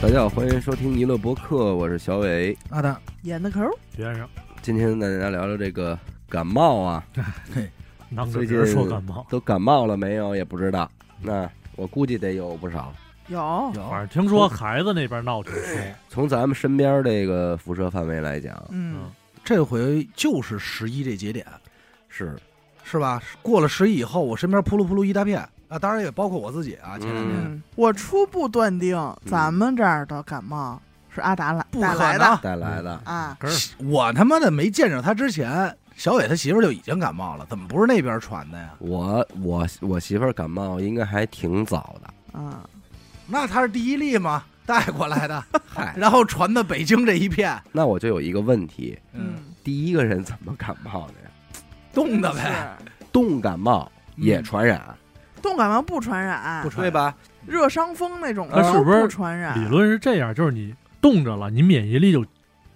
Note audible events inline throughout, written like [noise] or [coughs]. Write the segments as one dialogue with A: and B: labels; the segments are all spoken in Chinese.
A: 大家好，欢迎收听娱乐播客，我是小伟。
B: 阿达，
C: 演的口儿，
D: 学生
A: 今天带大家聊聊这个感冒啊，
D: 囊
A: 嗯
D: 着
A: 最
D: 别人
A: 近
D: 说感冒，
A: 都感冒了没有也不知道。那我估计得有不少，
C: 有
A: 哦
D: 反正听说孩子那边闹挺凶，
A: 从咱们身边这个辐射范围来讲，
C: 嗯，
B: 这回就是十一这节点，
A: 是
B: 是吧？过了十一以后，我身边扑噜扑噜一大片啊，当然也包括我自己啊。前两天、
A: 嗯
C: 我初步断定咱们这儿的感冒是阿达来
B: 不
C: 带
B: 可
C: 来的
B: 能，
A: 带来的。
C: 啊，
D: 跟儿
B: 我他妈的没见着他之前，小伟他媳妇儿就已经感冒了，怎么不是那边传的呀？
A: 我我我媳妇儿感冒应该还挺早的，
C: 嗯，
B: 那他是第一例吗？带过来
C: [laughs]
B: 的，
A: 嗨，
B: 然后传的北京这一片，
A: 那我就有一个问题，
B: 嗯，
C: 嗯，
A: 第一个人怎么感冒的呀？
B: 冻的呗，
A: 冻感冒也
B: 嗯
A: 传染，
C: 是冻感冒不传染
B: 不，传
A: 对吧？
C: 热伤风那种
D: 它
C: 的
D: 是
C: 都
D: 不是
C: 不传染，
D: 理论是这样，就是你冻着了，你免疫力就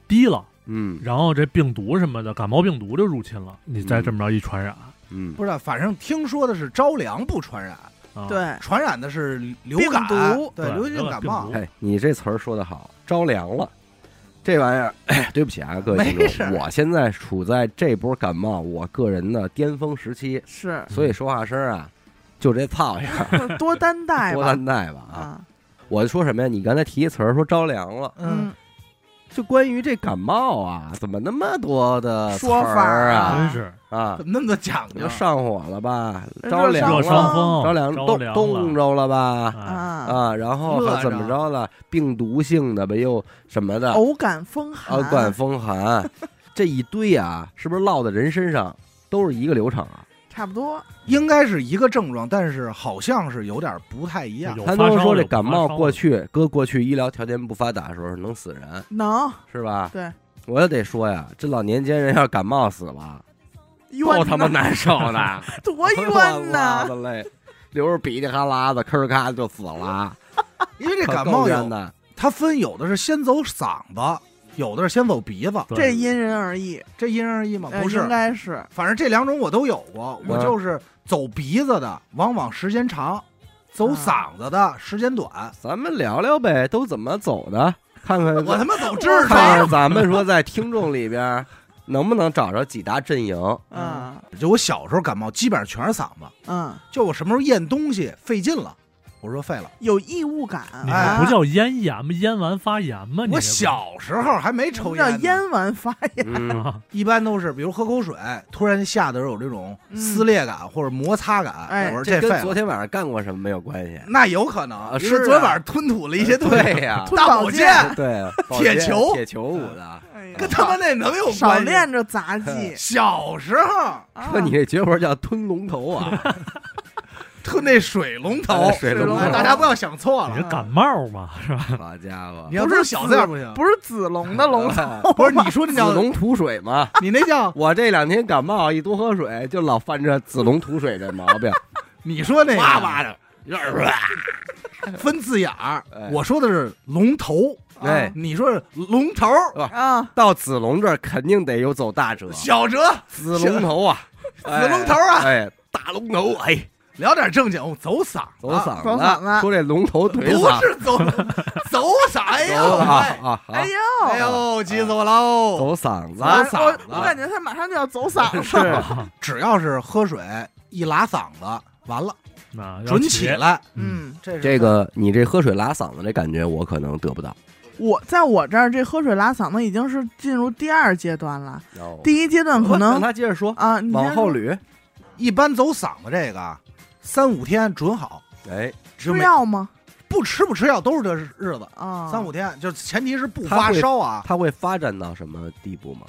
D: 低了，
A: 嗯
D: 然后这病毒什么的，感冒病毒就入侵了，你再这么着一传染
A: 嗯，
B: 不知道，反正听说的是着凉不传染，
D: 啊，，
C: 对，
B: 传染的是流感
C: 病毒，
B: 对
D: 对
B: 流行性感冒
D: 流感病毒。
A: 哎，你这词儿说的好，着凉了。这玩意儿， [coughs] 哎对不起啊，各位
B: 没
A: 听
B: 事儿
A: 众，我现在处在这波感冒我个人的巅峰时期，
C: 是
A: 所以说话声儿啊，就这操样儿，
C: 多担待
A: 多
C: 吧，
A: 担待吧啊！
C: 啊，
A: 我说什么呀？你刚才提一词儿说着凉了，
B: 嗯，，
A: 就关于这感冒啊，怎么那么多的词
C: 说法
A: 儿
C: 儿
A: 啊
C: 啊
D: 真是
A: 啊
B: 怎？嗯么那么多讲
A: 你
B: 究
A: 就？上火了吧？
C: 热
A: 着凉
D: 热
A: 了，
D: 伤风，
A: 着凉冻
D: 了
A: 冻着了吧？
D: 哎
C: 啊，
A: 啊，然后
B: 热
A: 还怎么
B: 着
A: 着了？病毒性的呗，又什么的？
C: 偶感风
A: 啊，
C: 寒，
A: 管风寒这一堆啊，是不是落在人身上都是一个流程啊？
C: 差不多，
B: 应该是一个症状，但是好像是有点不太一样。
D: 有
A: 他
D: 发
A: 都
D: 烧
A: 说
D: 的
A: 这
D: 有
A: 感
D: 发
A: 冒
D: 烧
A: 过
D: 的
A: 去，搁过去医疗条件不发达的时候能死人，
C: 能
A: 是吧？
C: 对，
A: 我也得说呀，这老年间人要是感冒死了，够
C: 冤
A: 他妈
C: 呐
A: 难受的，
C: [laughs] 多冤
A: 呐！
C: 呐，
A: 的嘞，流着鼻涕哈喇子，吭儿咔就死了，
B: 因为这
A: 可
B: 感
A: 够
B: 冒
A: 冤
B: 有
A: 的。
B: 它分有的是先走嗓子，有的是先走鼻子，
C: 这
D: 对
C: 因人而异，
B: 这因人而异吗？
C: 呃
B: 啊不是
C: 应，该是
B: 反正这两种我都有过，
A: 哎嗯
B: 我就是走鼻子的，往往时间长；走嗓子的时间短。
A: 咱们聊聊呗，都怎么走的？看看
B: 我他妈走这
C: 我
B: 儿
A: 嗯看看
B: 了，
A: 咱们说在听众里边儿能不能找着几大阵营？
C: 嗯
B: 就我小时候感冒，基本上全是嗓子。
C: 嗯，
B: 就我什么时候咽东西费劲了，我说废了。
C: 有异物感
D: 你
B: 哎
D: 这
C: 啊
D: 不。叫咽炎吗？咽完发炎吗？你
B: 我
D: 这不
B: 小时候还没抽
C: 叫
B: 烟呢，
C: 烟丸发炎，
A: 嗯，
D: 啊，
B: 一般都是比如喝口水，突然吓得有这种
C: 嗯
B: 撕裂感或者摩擦感，
C: 哎
B: 我说
A: 这
B: 废
A: 跟
B: 了
A: 昨天晚上干过什么没有关
B: [laughs]
A: 系。
B: 那有可能，
A: 啊
B: 因
A: 是
B: 为
A: 啊
B: 昨天晚上吞吐了一些东西，
A: 对呀、
C: 吞
B: 大
C: 宝
B: 宝
C: 剑
B: 剑 [laughs]
A: 对，保
B: 铁
A: 健
B: 球
A: 铁球舞的。。
C: 哎呀
B: [laughs] 跟他妈 [laughs] 那能有
C: 少
B: 关系？哎
C: 练着杂技
B: 小时候
C: 啊
A: 说你这绝活叫吞龙头
B: [laughs]
A: 啊，
B: 吞那水龙头，
A: 哎水龙
C: 水
A: 头
C: 龙头
B: 大家不要想错
D: 啊你
B: 了
D: 这。感冒嘛，是吧？
A: 好家伙 [laughs]
B: 你，要说小字儿不行，哎
C: 不是子龙的龙头，
A: 头
B: [laughs] 不是你说那
A: 子
B: 叫
A: 龙吐水
B: [laughs]
A: 嘛。
B: 你那叫
A: 我这两天感冒，一多喝水就老犯这子龙吐水这毛
B: [laughs]
A: 病。
B: 你说那
A: 哇哇
B: 的， [laughs] 分字眼儿
A: 哎。
B: 我说的是龙头，啊
A: 哎，哦
B: 你说是龙头，
C: [laughs] 啊，
A: 到子龙这儿肯定得有走大折，
B: 小哲
A: 子龙头
B: [laughs]
A: 啊，
B: 小子龙头啊
A: 哎，哎大龙头，哎，
B: 聊点正经，我哦啊走嗓子，
A: 走嗓
C: 走嗓子
A: 说这龙头腿
B: 不
A: 嗓，
B: 是走
A: [laughs]
B: 走嗓，哎
A: 走
B: 呦
A: 啊啊，好
C: 哎呦，
B: 哎呦，急死我哦喽！
A: 走嗓子
B: 走，嗓
C: 我
B: 子
C: 我我感觉他马上就要走嗓
B: [laughs]
C: 子，
A: 是
B: 只要是喝水一拉嗓子，完了
D: [laughs] 那要
B: 准起
D: 起，
B: 来。
C: 嗯，
B: 这是
A: 这个你这喝水拉嗓子这感觉，我可能得不到。
C: 我在我这儿这喝水拉嗓子已经是进入第二阶段了，
B: 哦
C: 第一阶段可
A: 让
C: 能
A: 他接着说，
C: 啊，你
A: 往
C: 先
A: 后
C: 说
A: 捋。
B: 一般走嗓子这个三五天准好，
A: 哎，
B: 只有
C: 吃
B: 每
C: 药吗？
B: 不吃不吃药都是这日子。
C: 啊，
B: 三五天，就是前提是不
A: 他
B: 发
A: 会
B: 烧啊，
A: 它会发展到什么地步吗？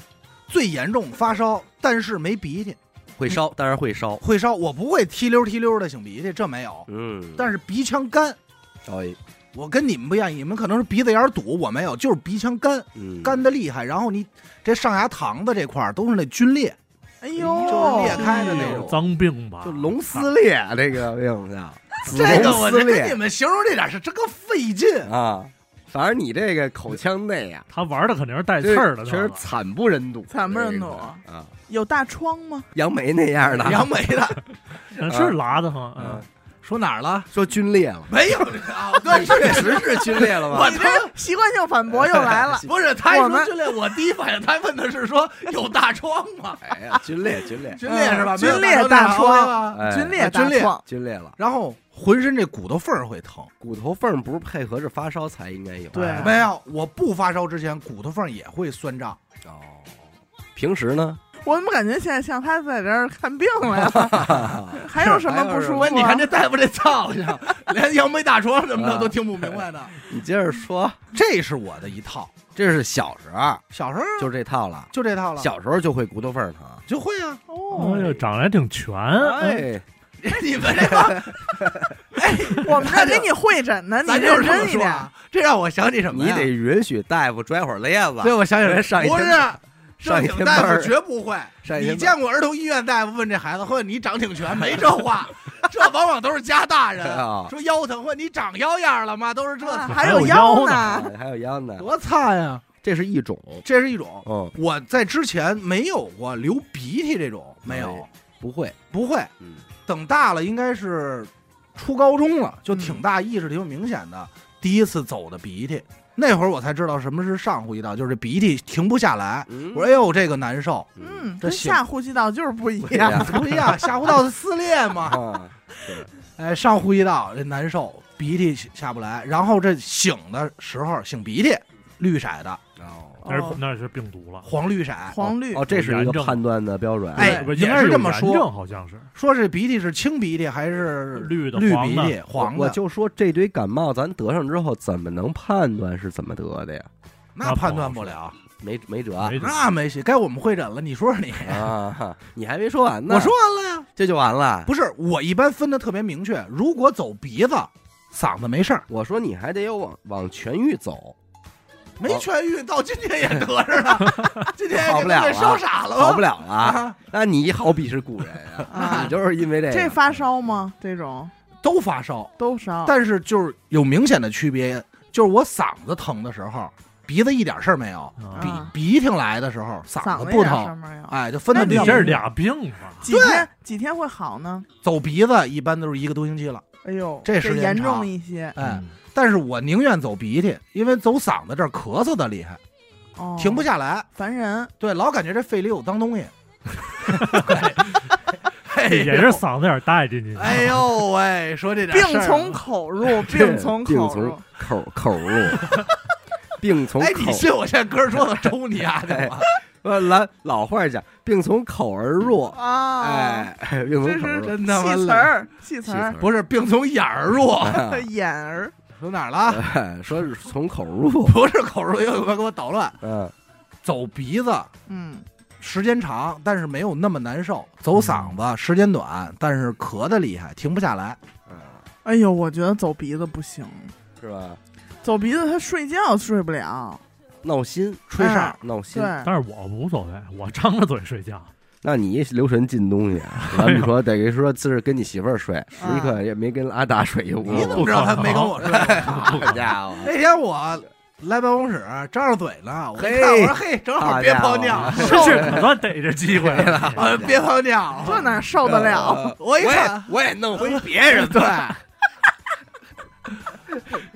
B: 最严重发烧，但是没鼻涕，
A: 会烧，当然会烧。
B: 会烧，我不会提溜提溜的擤鼻涕，这没有，
A: 嗯
B: 但是鼻腔干，
A: 稍微，
B: 我跟你们不一样，你们可能是鼻子眼儿堵，我没有，就是鼻腔干，
A: 嗯，
B: 干的厉害，然后你这上牙膛子这块儿都是那皲裂，
C: 哎
B: 就是
C: 呦，
B: 裂开的那种
D: 脏病吧？
A: 就龙撕裂这个病 [laughs] 叫子
B: 这个
A: 龙
B: 我
A: 撕
B: 这跟你
A: 裂
B: 们形容这点是真个费 [laughs] 劲。
A: 啊。反正你这个口腔内啊，
D: 他玩的肯定是带
A: 这
D: 刺儿的，
A: 确实惨不忍睹，
C: 惨不忍睹
A: 这个啊！
C: 有大疮吗？
A: 杨梅那样的，
B: 杨梅的
D: 呃是拉的很，
A: 嗯
D: 嗯，
B: 说哪儿 [laughs] 了？
A: 说皲裂 [laughs] 了，
B: 没有啊，我
A: 那确实是皲裂了吧？。
B: 我
C: 你这习惯性反驳又来了
B: [laughs] 不是他一
C: 我
B: 说
C: 们
B: 皲裂，我第一反应他问的是说有大疮吗？
A: [laughs] 哎呀，皲裂，皲 [laughs] 裂，
B: 哎皲裂是吧？
C: 嗯
B: 没有
C: 皲裂大
B: 疮
C: 疮
B: 吧？
A: 哎
C: 皲裂
B: 皲
C: 大
B: 裂
C: 创，
A: 皲裂了，
B: 然后浑身这骨头缝儿会疼，
A: 骨头缝儿不是配合着发烧才应该有。
C: 对
A: 哎
B: 没有，我不发烧之前骨头缝儿也会酸胀。
A: 哦，平时呢？
C: 我怎么感觉现在像他在这儿看病了呀？
B: [laughs]
C: 还有什么不舒服
B: 我
C: 啊？
B: 哎你看这大夫这造型，连杨梅大疮什么
A: 啊
B: 的都听不明白呢。
A: 你接着说，
B: 这是我的一套，
A: 这是小时候
B: 小时候
A: 就这套了，
B: 就这套了，
A: 小时候就会骨头缝儿疼。
B: 就会啊。
C: 哦
D: 哎，呀，长得还挺全，
B: 嗯
A: 哎，
B: [laughs] 你们这帮
C: 我们这给你会诊呢，你
B: 咱就是
C: 认
B: 这么
C: 真一
B: 说
C: 点。
B: 啊，这让我想起什么
A: 你
B: 呀？
A: 得允许大夫拽会儿链
B: 所以
A: 子，
B: 我想起来
A: 上一
B: 不
A: 天
B: 是
A: 上
B: 正
A: 一
B: 经
A: 天
B: 大
A: 班
B: 夫
A: 儿，
B: 绝不会。
A: 上一
B: 你
A: 天
B: 见过儿童医院大夫问这孩子，或者你长挺全没这话，这往往都是家大人
A: [laughs] 啊
B: 说腰疼，或者你长腰样了吗？都是这
C: 啊
B: 词，
D: 还
C: 有
D: 有
C: 腰
D: 腰
A: 啊
C: 呢，
A: 还有腰呢，
B: 多差呀！
A: 这是一种。
B: 这是一种，
A: 嗯，
B: 我在之前没有过流鼻涕这种，没有
A: 哎，不会，
B: 不会。
A: 嗯，
B: 等大了，应该是初高中了，
A: 嗯
B: 就挺大，意识挺明显的。第一次走的鼻涕，那会儿我才知道什么是上呼吸道，就是这鼻涕停不下来。我说：“哎呦，这个难受。
A: 嗯
C: 嗯，
B: 这
C: 跟
B: 行
C: 下呼吸道就是不一
A: 不一
C: 样。
A: 样”
B: 不一样，下呼道撕
A: [laughs]
B: 裂嘛。
A: 啊，对
B: 哎，上呼吸道这难受，鼻涕下不来，然后这醒的时候醒鼻涕，绿色的，
A: 哦
D: 那是
C: 哦
D: 那是病毒了，
B: 黄绿色。
C: 黄绿
A: 哦，这是一个判断的标准。
B: 哎
D: 不
B: 应该
D: 也
B: 是
D: 是
B: 这么
D: 有炎
B: 说
D: 症好像是
B: 说是鼻涕是青鼻涕还是
D: 绿的、
B: 绿
D: 黄
B: 鼻
D: 的，
B: 涕？黄
A: 我
B: 的，
A: 就说这堆感冒，咱得上之后怎么能判断是怎么得的呀？
B: 那判断不了，
A: 没没辙啊
D: 没辙
B: 那没戏。该我们会诊了，你说说你。
A: 啊！你还没说完呢，
B: 我说完了呀。
A: 这就完了。
B: 不是，我一般分的特别明确，如果走鼻子，嗓子没事儿，
A: 我说你还得有往往痊愈走，
B: 没痊愈，到今天也得着呢， [laughs] 今天
A: 好不了
B: 给
A: 了
B: 烧傻了吧，
A: 好不了了。
B: 啊，
A: 那你好比是古人啊，
C: 啊
A: 你，就是因为这
C: 这
A: 个
C: 发烧吗？这种
B: 都发烧，
C: 都烧。
B: 但是就是有明显的区别，就是我嗓子疼的时候，鼻子一点事儿没有，
D: 啊
B: 鼻
C: 啊
B: 鼻涕来的时候
C: 嗓
B: 嗓
C: 子
B: 不
C: 眼上
B: 疼，
C: 面有。
B: 哎，就分
D: 那
B: 的
D: 你
B: 明
D: 这
B: 确。
D: 是俩病吧？
C: 几天几天会好呢？
B: 走鼻子一般都是一个多星期了，
C: 哎呦，
B: 这时
C: 得
B: 间
C: 严
B: 长
C: 重一些，
B: 哎，
D: 嗯，
B: 但是我宁愿走鼻涕，因为走嗓子这儿咳嗽的厉害，
C: 哦，
B: 停不下来，
C: 烦人。
B: 对，老感觉这肺里有脏东 [laughs] 西，哎呦
D: 也是嗓子眼儿带进去的。
B: 哎 [laughs] 呦喂，说这点
C: 病
B: 事儿
C: 从
B: [laughs]
C: 口入，病从
A: 病
C: 口入
A: 从。口口入， [laughs] 病从
B: 哎，
A: 口
B: 你信我现在哥说的啊周你
A: [laughs]
B: 丫的吗？
A: 呃，老老话讲，病从口而入，
C: 啊，
A: 哎，病从口而入。
B: 真他妈
C: 戏词
B: 累，
C: 儿，哎戏词儿，
B: [laughs] 不是病从眼儿入，
A: 啊
C: 眼儿，
B: [laughs] 从哪儿了？
A: 哎 [laughs] 说是从口入，
B: 不是口入，又快给我捣乱。
A: 嗯，
B: 走鼻子
C: 嗯，
B: 时间长，但是没有那么难受；走嗓
A: 嗯
B: 子时间短，但是咳的厉害，停不下来。
C: 哎呦，我觉得走鼻子不行，
A: 是吧？
C: 走鼻子他睡觉睡不了，
A: 闹心，
B: 吹
C: 哎
B: 哨，
A: 闹心
C: 对。，
D: 但是我无所谓，我张着嘴睡觉。
A: 那你留神进东西，啊咱们说等于说这是跟你媳妇儿睡，实际可也没跟阿达睡一屋。
B: 你怎么
A: 哦
B: 知道他没跟我说？
A: 好家伙，
B: [laughs] 那天我。来办公室张着嘴呢，我一
A: 嘿
B: 看我说嘿，正好别
A: 好
B: 泡
A: 家 [laughs]
B: 尿
A: 伙，
D: 这 [laughs] 是可算逮着机会了。
B: 啊，别泡尿，
C: 这哪受得了？
A: 呃
B: 我一看
A: 我也弄回别人
B: 对，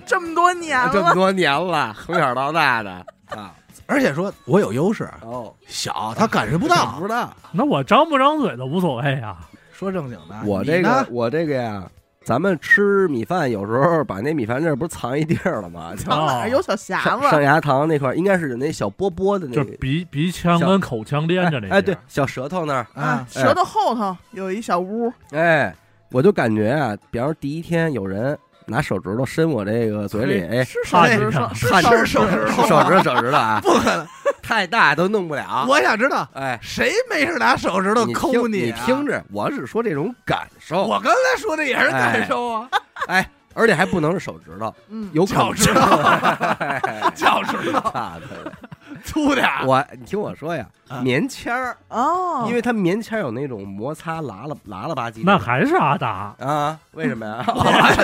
C: 这么多年
A: [laughs] 这么
C: 了，
A: 多年了，从小到大的啊，
B: 而且说我有优势，
A: [laughs] 哦，
B: 小他感受不
A: 我
B: 到
A: 不。知道。
D: 那我张不张嘴的无所谓啊。
B: 说正经的，
A: 哎我
B: 你
A: 这
B: 呢
A: 个我这个呀，咱们吃米饭有时候把那米饭粒儿不是藏一地儿了吗？就
C: 藏哪儿有小匣
A: 上上
C: 子？哎
A: 牙膛那块儿应该是有那小波波的那
D: 就
A: 个
D: 鼻鼻腔跟口腔连着那
A: 哎，对
D: 地儿，
A: 小舌头那儿，
B: 啊，
C: 舌头后头有一小屋，
A: 哎，我就感觉啊，比方说第一天有人拿手指头伸我这个嘴里，哎，
C: 是手指头，是
A: 看
C: 手
A: 着
C: 指头，
B: 指
A: 手指头手指头啊，
B: 不可能！
A: 太大都弄不了。
B: 我想知道
A: 哎，
B: 谁没事拿手指头
A: 你
B: 抠
A: 听
B: 你
A: 你
B: 啊
A: 听，着，我只说这种感受，
B: 我刚才说的也是感受啊，
A: [laughs] 哎，而且还不能是手指头，
C: 嗯，
A: 有
B: 脚
A: 口
B: 趾头，
A: [laughs]
B: 脚趾头
A: 大的。
B: 粗点儿，
A: 我你听我说呀
B: 啊，
A: 棉签儿，
C: 哦，
A: 因为它棉签儿有那种摩擦拉了拉了吧唧的。
D: 那还是阿达。
A: 啊？为什么
B: [laughs]
A: 呀？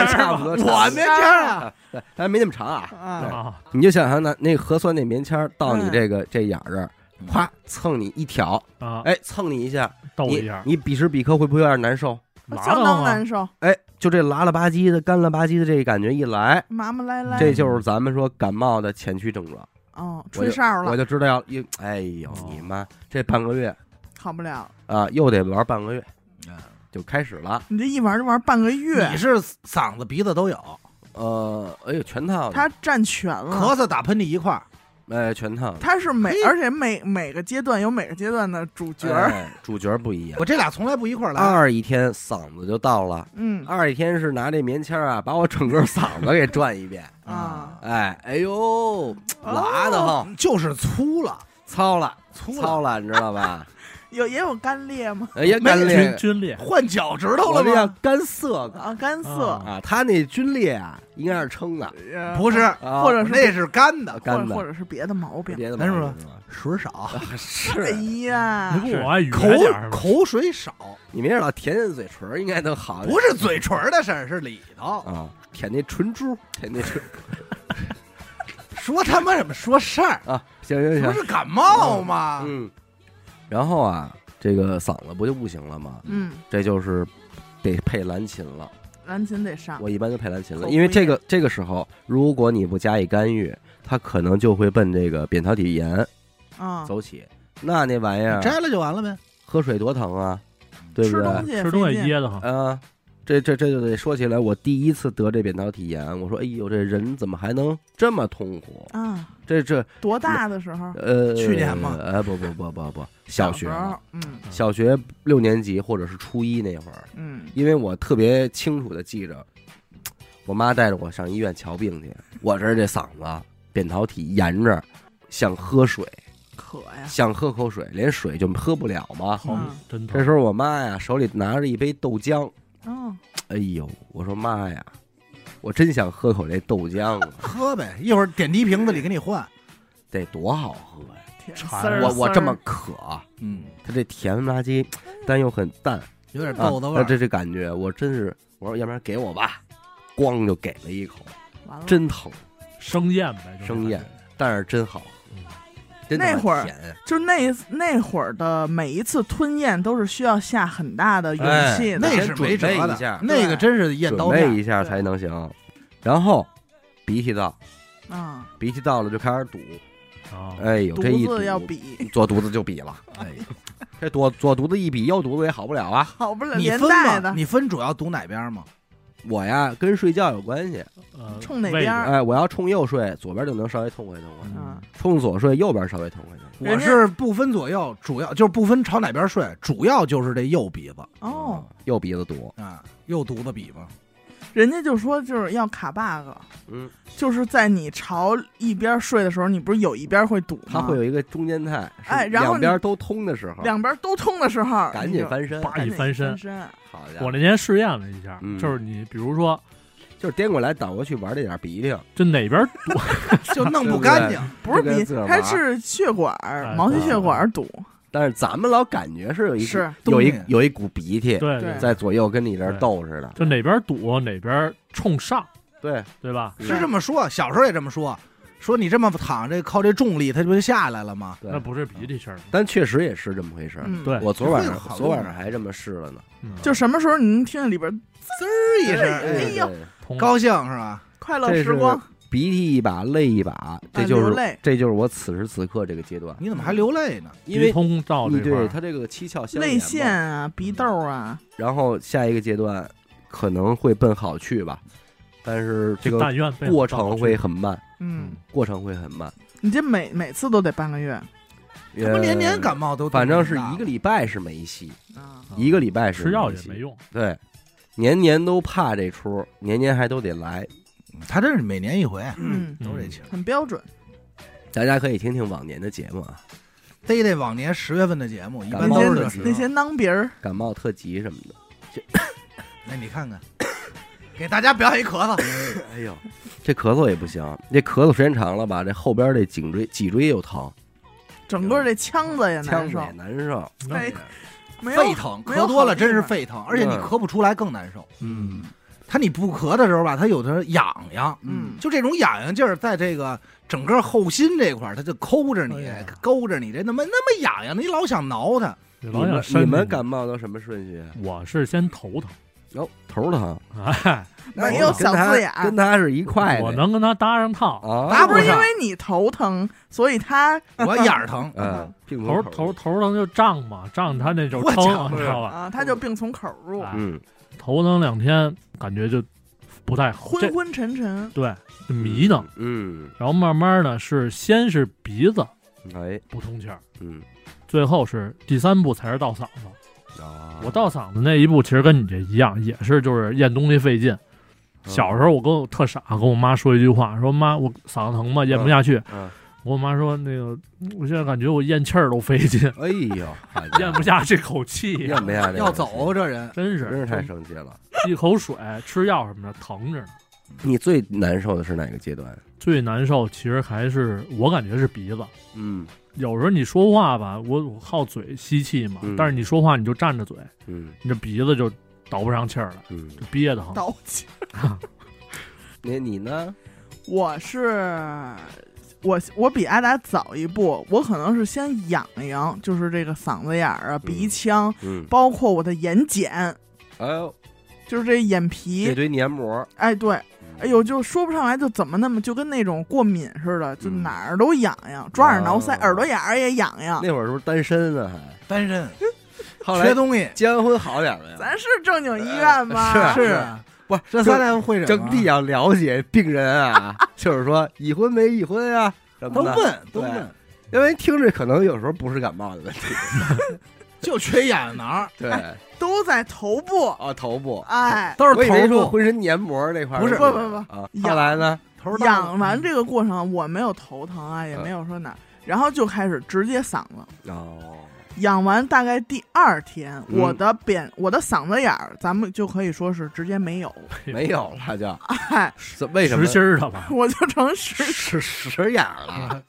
A: 差不多，
B: 我
A: 差不多
B: 那天啊，
A: [laughs] 对，但没那么长啊。
C: 啊，
D: 啊，
A: 你就想象那那核酸那棉签儿到你
C: 嗯
A: 这个这眼儿这儿，
B: 嗯
A: 啪蹭你一挑，
D: 啊，
A: 哎，蹭你一下，
D: 逗
A: 你
D: 一下，
A: 你彼时彼刻会不会有点难受？
D: 麻
C: 相
D: 烦
C: 当
D: 吗？
C: 难受，
A: 哎，就这拉了吧唧的、干了吧唧的这感觉一来，
C: 麻麻赖赖，
A: 这就是咱们说感冒的前驱症状。
C: 哦，
A: 我
C: 吹
A: 就
C: 哨
A: 我
C: 了，
A: 就知道要一，哎呦
D: 哦
A: 你妈，这半个月
C: 好不了。
A: 啊，又得玩半个月
B: 嗯，
A: 就开始了。
C: 你这一玩就玩半个月
B: 你，是嗓子鼻子都有，
A: 呃，哎呦，全套的，
C: 他占全
A: 嗯
C: 了。
B: 咳嗽打喷嚏一块儿，
A: 哎，全套的
C: 他是每
B: 嘿
C: 而且每每个阶段有每个阶段的主角，
A: 哎主角不一样
B: 我。这俩从来不一块儿来。
A: 二一天嗓子就到了，
C: 嗯
A: 二一天是拿这棉签儿啊，把我整个嗓子给转一遍。
C: 啊，
A: 哎，哎呦，拉的慌，
B: 就是粗了，
A: 糙了，
B: 哦粗
A: 糙了，你知道吧？
C: 有也有干裂吗？ [laughs]
A: 哎呀，干
D: 皲
A: 裂，
D: 皲裂，
B: 换脚趾头
A: 我
B: 了
A: 这叫
B: 吗？
A: 干涩
C: 啊，干涩
D: 啊，
A: 啊，他那皲裂啊，应该是撑的，
B: 哎
C: 呃
B: 不是，
A: 啊
C: 或者是
B: 那是干的，
A: 干
C: 或者或
A: 的，
C: 者是别的毛病。
A: 别的
B: 咱是
A: 毛
B: 不
A: 病了
B: 水少，
A: 啊
C: 哎
A: 是
C: 呀
D: 你，不
A: 是
D: 我爱远
B: 口
D: 点儿吗？
B: 口水少，
A: 你没事老舔舔嘴唇儿，应该能好点。
B: 不是嘴唇儿的事儿，是里头。
A: 啊，舔那唇珠，舔那唇？
B: 说他妈什么说事儿
A: 啊，行行行，
B: 不是感冒吗？
A: 嗯，然后啊，这个嗓子不就不行了吗？
C: 嗯，
A: 这就是得配蓝琴了。
C: 蓝琴得上，
A: 我一般就配蓝琴了，
C: 啊口
A: 因为
C: 服
A: 这个这个时候，如果你不加以干预，它可能就会奔这个扁桃体炎
C: 啊，
A: 走起。那那玩意
B: 你
A: 儿，
B: 摘了就完了呗。
A: 喝水多疼啊，对不
C: 吃
A: 对？
C: 东西也
D: 吃东西
C: 费劲
D: 噎得慌，
A: 啊，这这这就得说起来，我第一次得这扁桃体炎，我说，哎呦，这人怎么还能这么痛苦？
C: 啊，
A: 这这
C: 多大的时候？
A: 呃，
B: 去年吗
A: 呃，不不不不不， [laughs] 小学啊
C: 时
A: 了
C: 候，嗯
A: 小学六年级或者是初一那会儿，
C: 嗯，
A: 因为我特别清楚的记着，我妈带着我上医院瞧病去，我这儿这嗓子扁桃体炎着，想喝水，
C: 渴哎呀，
A: 想喝口水，连水就喝不了嘛。
D: 好
C: 嗯
D: 哦真
A: 这
D: 疼。
A: 时候我妈呀手里拿着一杯豆浆，
C: 嗯，
A: 哎呦，我说妈呀，我真想喝口这豆浆啊，
B: 喝呗，一会儿点滴瓶子里给你换。
A: 得多好喝呀！
C: 甜丝
D: 馋
C: 儿，
A: 我我这么
C: 丝
A: 渴，啊
B: 嗯，
A: 它这甜不拉几，但又很淡。
B: 有点
A: 啊
B: 豆子味
A: 那
B: 儿。
A: 这这感觉，我真是，我说要不然给我吧，咣就给了一口，
C: 儿完了，
A: 真疼，
D: 生厌呗，就是
A: 生厌，但是真好
D: 嗯，
A: 真他妈
C: 那会儿
A: 甜
C: 就那那会儿的每一次吞咽都是需要下很大的勇气的，
B: 那
A: 哎
B: 是没辙
A: 先准备
B: 的
A: 一下，
B: 那个
C: 对
B: 真是验
A: 准
B: 刀
A: 备
B: 片。
A: 一下才能行。然后鼻涕到，
C: 啊，
A: 鼻涕到了就开始堵，
D: 啊，
A: 哎呦，
C: 犊
A: 这一堵
C: 子要比
A: 左犊子就比了，
C: [laughs]
B: 哎呀
A: 这左左犊子一比，右犊子也好不了啊。
C: 好不了
B: 你
C: 连
B: 分
C: 带
B: 吗？
C: 的，
B: 你分主要堵哪边吗？
A: 我呀跟睡觉有关系，
D: 呃
C: 冲哪
D: 位置
C: 边儿
A: 哎，我要冲右睡，左边就能稍微痛快痛快；
C: 啊嗯，
A: 冲左睡，右边稍微痛快痛快。
B: 我
C: 人家
B: 是不分左右，主要就是不分朝哪边睡，主要就是这右鼻子
C: 哦，，
A: 嗯右鼻子堵，
B: 啊，右犊子比嘛。
C: 人家就说就是要卡 bug，
A: 嗯，
C: 就是在你朝一边睡的时候，你不是有一边会堵吗？
A: 它会有一个中间态，是
C: 哎然后
A: 两边都通的时候，
C: 两边都通的时候，
A: 啊赶
C: 你就
A: 紧翻身，
D: 叭
C: 赶
D: 一
C: 紧
D: 翻身
C: 翻身，
A: 好家
D: 我
A: 伙，
D: 那天试验了一下
A: 嗯，
D: 就是你比如说，
A: 就是颠过来倒过去玩这点鼻涕，
D: 就哪边儿
B: 就弄不干
A: 对
B: 净。
C: 不是
A: 就跟
C: 比
A: 自个儿
C: 它
A: 玩
C: 是血管
D: 哎
C: 儿毛细血管儿堵，
D: 啊
A: 但是咱们老感觉是有一
C: 是
A: 有一
B: 东西
A: 有一股鼻涕
D: 对
C: 对
A: 在左右跟你这儿斗似的，
D: 就哪边堵哪边冲上，
A: 对，
D: 对吧？
B: 是这么说，小时候也这么说，说你这么躺这靠这重力，它不就下来了吗？
A: 对
D: 那不是鼻涕声儿，
A: 但确实也是这么回事儿。
C: 嗯，，
D: 对，
A: 我昨晚
B: 这会有好
A: 上
B: 多
A: 昨晚上还这么试了呢，
D: 嗯
C: 就什么时候你能听见里边儿
B: 吱一
C: 哎
B: 声，
C: 呦
A: 对
D: 通
B: 高兴是吧？
C: 快乐
A: 这是
C: 时光
A: 鼻涕一把泪一把，这就
C: 流
A: 是
C: 泪
A: 这就是我此时此刻这个阶段，
B: 你怎么还流泪呢？
A: 因
D: 鼻
A: 为
D: 通道
A: 你
D: 这块
A: 对
D: 儿，
A: 它这个七窍相连
C: 泪
A: 嘛
C: 腺啊、
A: 嗯
C: 鼻窦啊，
A: 然后下一个阶段可能会奔好去吧，但是这个
D: 但愿被
A: 过
D: 我
A: 程
D: 知
A: 会很慢，
C: 嗯，
A: 过程会很慢。
C: 你这每每次都得半个月
B: 他不年年感
A: 冒，
B: 冒都
A: 呃反正是一个礼拜是没戏，
C: 啊，
D: 道
A: 一个礼拜是
D: 吃药
A: 没
D: 也
A: 戏
D: 没。用，
A: 对，年年都怕这出，年年还都得来。
B: 他真是每年一回，啊
C: 嗯，
B: 都这情。
C: 很标准，
A: 大家可以听听往年的节目啊，
B: 逮这往年十月份的节目，一
A: 感
B: 般
C: 那
A: 冒
B: 都是
A: 嗯的
B: 这
A: 时
C: 些
A: 候
C: 那
B: 时
C: 些
B: 候。
C: 囊鼻儿，
A: 感冒特辑什么的。
B: 那哎你看看，给大家表演一咳嗽，
A: 哎呦，这咳嗽也不行，这咳嗽时间长了吧，这后边这颈椎、脊椎又疼，
C: 整个这腔子也
A: 腔子
C: 难受
A: 也，难受。
C: 哎
D: 那
C: 没有
B: 沸腾，
C: 没有
B: 咳多
C: 好
B: 了
C: 地
B: 真是
C: 方
B: 沸腾，而且你
A: 嗯
B: 咳不出来更难受。
D: 嗯，
B: 他你不咳的时候吧，他有的痒痒，
C: 嗯
B: 就这种痒痒劲儿，在这个整个后心这块儿，他就抠着
C: 哦
B: 你
D: 哎呀，
B: 勾着你，这那么那么痒痒，你老想挠它，
D: 你
A: 你
D: 老想
A: 们
D: 伸
A: 你们
D: 进去
A: 感冒都什么顺序啊？
D: 我是先头疼，
A: 哟、头疼，
D: 哎，
A: 那
C: 没
A: 我
C: 有
A: 跟
C: 小
A: 他
C: 字眼儿
A: 跟他是一块的，
D: 我能跟他搭上套，
A: 啊，
B: 搭
C: 不是因为你头疼，所以他
B: 我眼
C: [laughs]
A: [laughs]
B: 儿疼，
A: 嗯，并不
D: 头
A: 是
D: 头，头疼就胀嘛，胀他那就
B: 我讲
D: 疼，
B: 的
D: 你知
B: 是
D: 道吧？
C: 啊，他就病从口入，
D: 哎
A: 嗯，
D: 头疼两天，感觉就不太好，
C: 昏
D: 这
C: 昏沉沉，
D: 对就迷瞪，
A: 嗯，
D: 然后慢慢的是先是鼻子
A: 哎，
D: 不通气儿，
A: 嗯，
D: 最后是第三步才是到嗓子。
A: 啊，
D: 我到嗓子那一步，其实跟你这一样，也是就是咽东西费劲。
A: 嗯
D: 小时候我跟我特傻，跟我妈说一句话，说妈，我嗓子疼嘛，咽不下去。
A: 嗯
D: 我妈说那个，我现在感觉我咽气儿都
A: [laughs]
D: 费劲，
A: 哎呦，好家伙
D: 咽不下这口气呀、
A: 咽不啊下这个
B: 要走嗯这人，
D: 真是
A: 真是太生气了。
D: 一口水、吃药什么的疼着呢。
A: 你最难受的是哪个阶段？
D: 最难受其实还是我感觉是鼻子，
A: 嗯
D: 有时候你说话吧，我我靠嘴吸气嘛，
A: 嗯
D: 但是你说话你就占着嘴，
A: 嗯
D: 你这鼻子就倒不上气儿来，
A: 嗯，
D: 就憋得很。
C: 倒气。
A: 那你呢？
C: 我是我我比阿达早一步，我可能是先痒痒，就是这个嗓子眼儿啊、鼻腔，
A: 嗯，
C: 包括我的眼睑，
A: 哎呦，
C: 就是这眼
A: 这
C: 皮，
A: 堆黏膜，
C: 哎对，
A: 嗯
C: 哎呦就说不上来，就怎么那么就跟那种过敏似的，就
A: 嗯
C: 哪儿都痒痒，抓耳挠腮，
A: 哦
C: 耳朵眼儿也痒痒。
A: 那会儿是不是单身啊？还
B: 单身
A: 后
B: 缺
A: 来
B: 东西
A: 结完婚好点了呀？
C: 咱是正经医院吗？
A: 呃
B: 是啊
A: 是
B: 不是？这三大夫会诊啊
A: 整
B: 吗
A: 体啊要了解病人
B: [laughs]
A: 啊，就是说已婚没已婚啊什
B: 都
A: 么的，
B: 问都问，
A: 因为听着可能有时候不是感冒的问题。
B: 就缺眼囊儿，
A: 对，
C: 都在头部，
B: 哦
A: 啊，头部，
C: 哎，
B: 都是
A: 我以为说
B: 头部
A: 浑身黏膜那块儿
B: 不是
A: 那个
C: 不不不
A: 啊，
C: 痒
A: 后来呢？
B: 头大
C: 痒完这个过程，我没有头疼啊，也
A: 嗯
C: 没有说哪儿，然后就开始直接嗓子。
A: 哦，
C: 养完大概第二天，
A: 嗯
C: 我的扁我的嗓子眼儿，咱们就可以说是直接没有， [laughs]
A: 没有了就，
C: 哎，
A: 是为什么
D: 实？心儿的
A: 啊
D: 吧？
C: 我就成实
A: 使使眼儿了，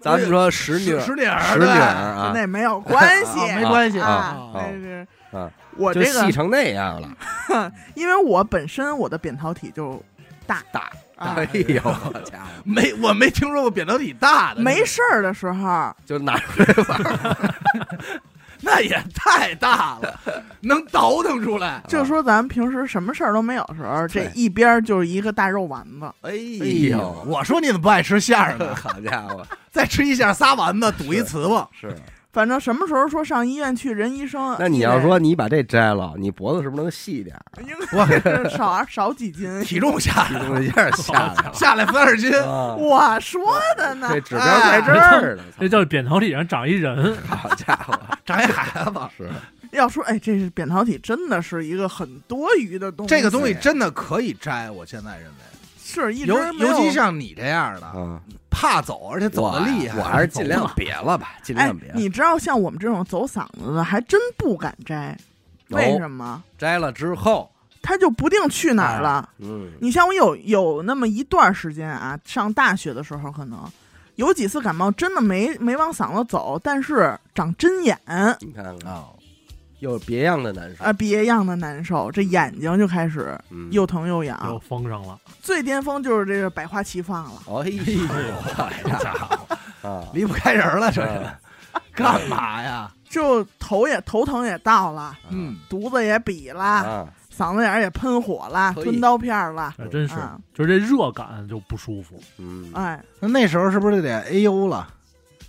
A: 咱们说使女儿
B: 使点儿
A: 使女儿啊，哦
C: 那没有关系，
B: 没关系
C: 啊
A: 啊，
C: 但是
A: 啊
C: 我
A: 就
C: 这
A: 细
C: 个，
A: 成那样了，
C: 因为我本身我的扁桃体就
A: 大，
C: 啊
A: 哎呦，好家伙，
B: 没我没听说过扁桃体大的，
C: 没事儿的时候，
A: 就拿出来玩儿，
B: 那也太大了， [laughs] 能倒腾出来。
C: 就说咱们平时什么事儿都没有的时候，这
A: 对
C: 一边儿就是一个大肉丸子，
A: 哎
B: 哎
A: 呦，
B: 我说你怎么不爱吃馅儿 [laughs] 呢？
A: 好家伙，
B: 再吃一下仨丸子，赌一瓷吧。
A: 是。
C: 反正什么时候说上医院去，人医生
A: 那你要说你把这摘了，你脖子是不是能细点儿？
C: [laughs] 应该是少少几斤，
B: [laughs] 体重下
A: [laughs] 体
B: 来
A: 重一下下来
B: 下来三十斤，
A: 啊，
C: 我说的呢，
A: 这
C: 哎
A: 指标在这
C: 啊
A: 儿呢，
D: 那叫扁桃体上长一人，
A: 好家伙，
B: 长一孩子。
A: 是
C: 要说，哎，这是扁桃体，真的是一个很多余的东
B: [laughs]
C: 西。
B: 这个东西真的可以摘，我现在认为，
C: 是一直
B: 尤
C: 没有
B: 尤
C: 哎
B: 其像你这样的，
A: 啊，
B: 怕走，而且走的
A: 我呀
B: 厉害，
A: 我还是尽
B: 走
A: 量
B: 嘛
A: 别了吧，尽
C: 哎
A: 量别，。
C: 你知道像我们这种走嗓子的，还真不敢摘，为
A: 哦
C: 什么？
A: 摘了之后，
C: 他就不定去哪儿
B: 哎
C: 了。
A: 嗯，
C: 你像我有有那么一段时间啊，上大学的时候可能有几次感冒，真的没没往嗓子走，但是长针眼啊、
A: 你看看，
B: 啊。
A: 又是别样的难受，
C: 别样的难受，这眼睛就开始
A: 嗯
C: 又疼又
D: 又
C: 痒。
D: 封上了。
C: 最巅峰就是这个百花齐放了。
A: 哎呦，好
B: 好家伙，
A: 啊，
B: 离不开人了，这
A: 嗯
B: 是干嘛呀？
C: 就头也头疼也到了，
B: 嗯，
C: 犊子也比了，
A: 啊，
C: 嗓子眼儿也喷火了，
A: 可以
C: 吞刀片儿了，
D: 哎，真是
C: 啊，
D: 就是这热感就不舒服。
A: 嗯，
C: 哎，
B: 那那时候是不是就得 A U 了？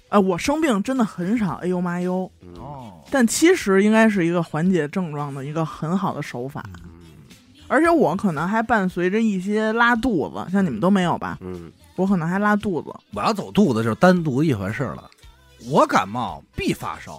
C: 呃，我生病真的很少，哎呦妈呦！
A: 嗯，
B: 哦，
C: 但其实应该是一个缓解症状的一个很好的手法，
A: 嗯
C: 而且我可能还伴随着一些拉肚子，像你们都没有吧？
A: 嗯，
C: 我可能还拉肚子，
B: 我要走肚子就是单独一回事了。我感冒必发烧，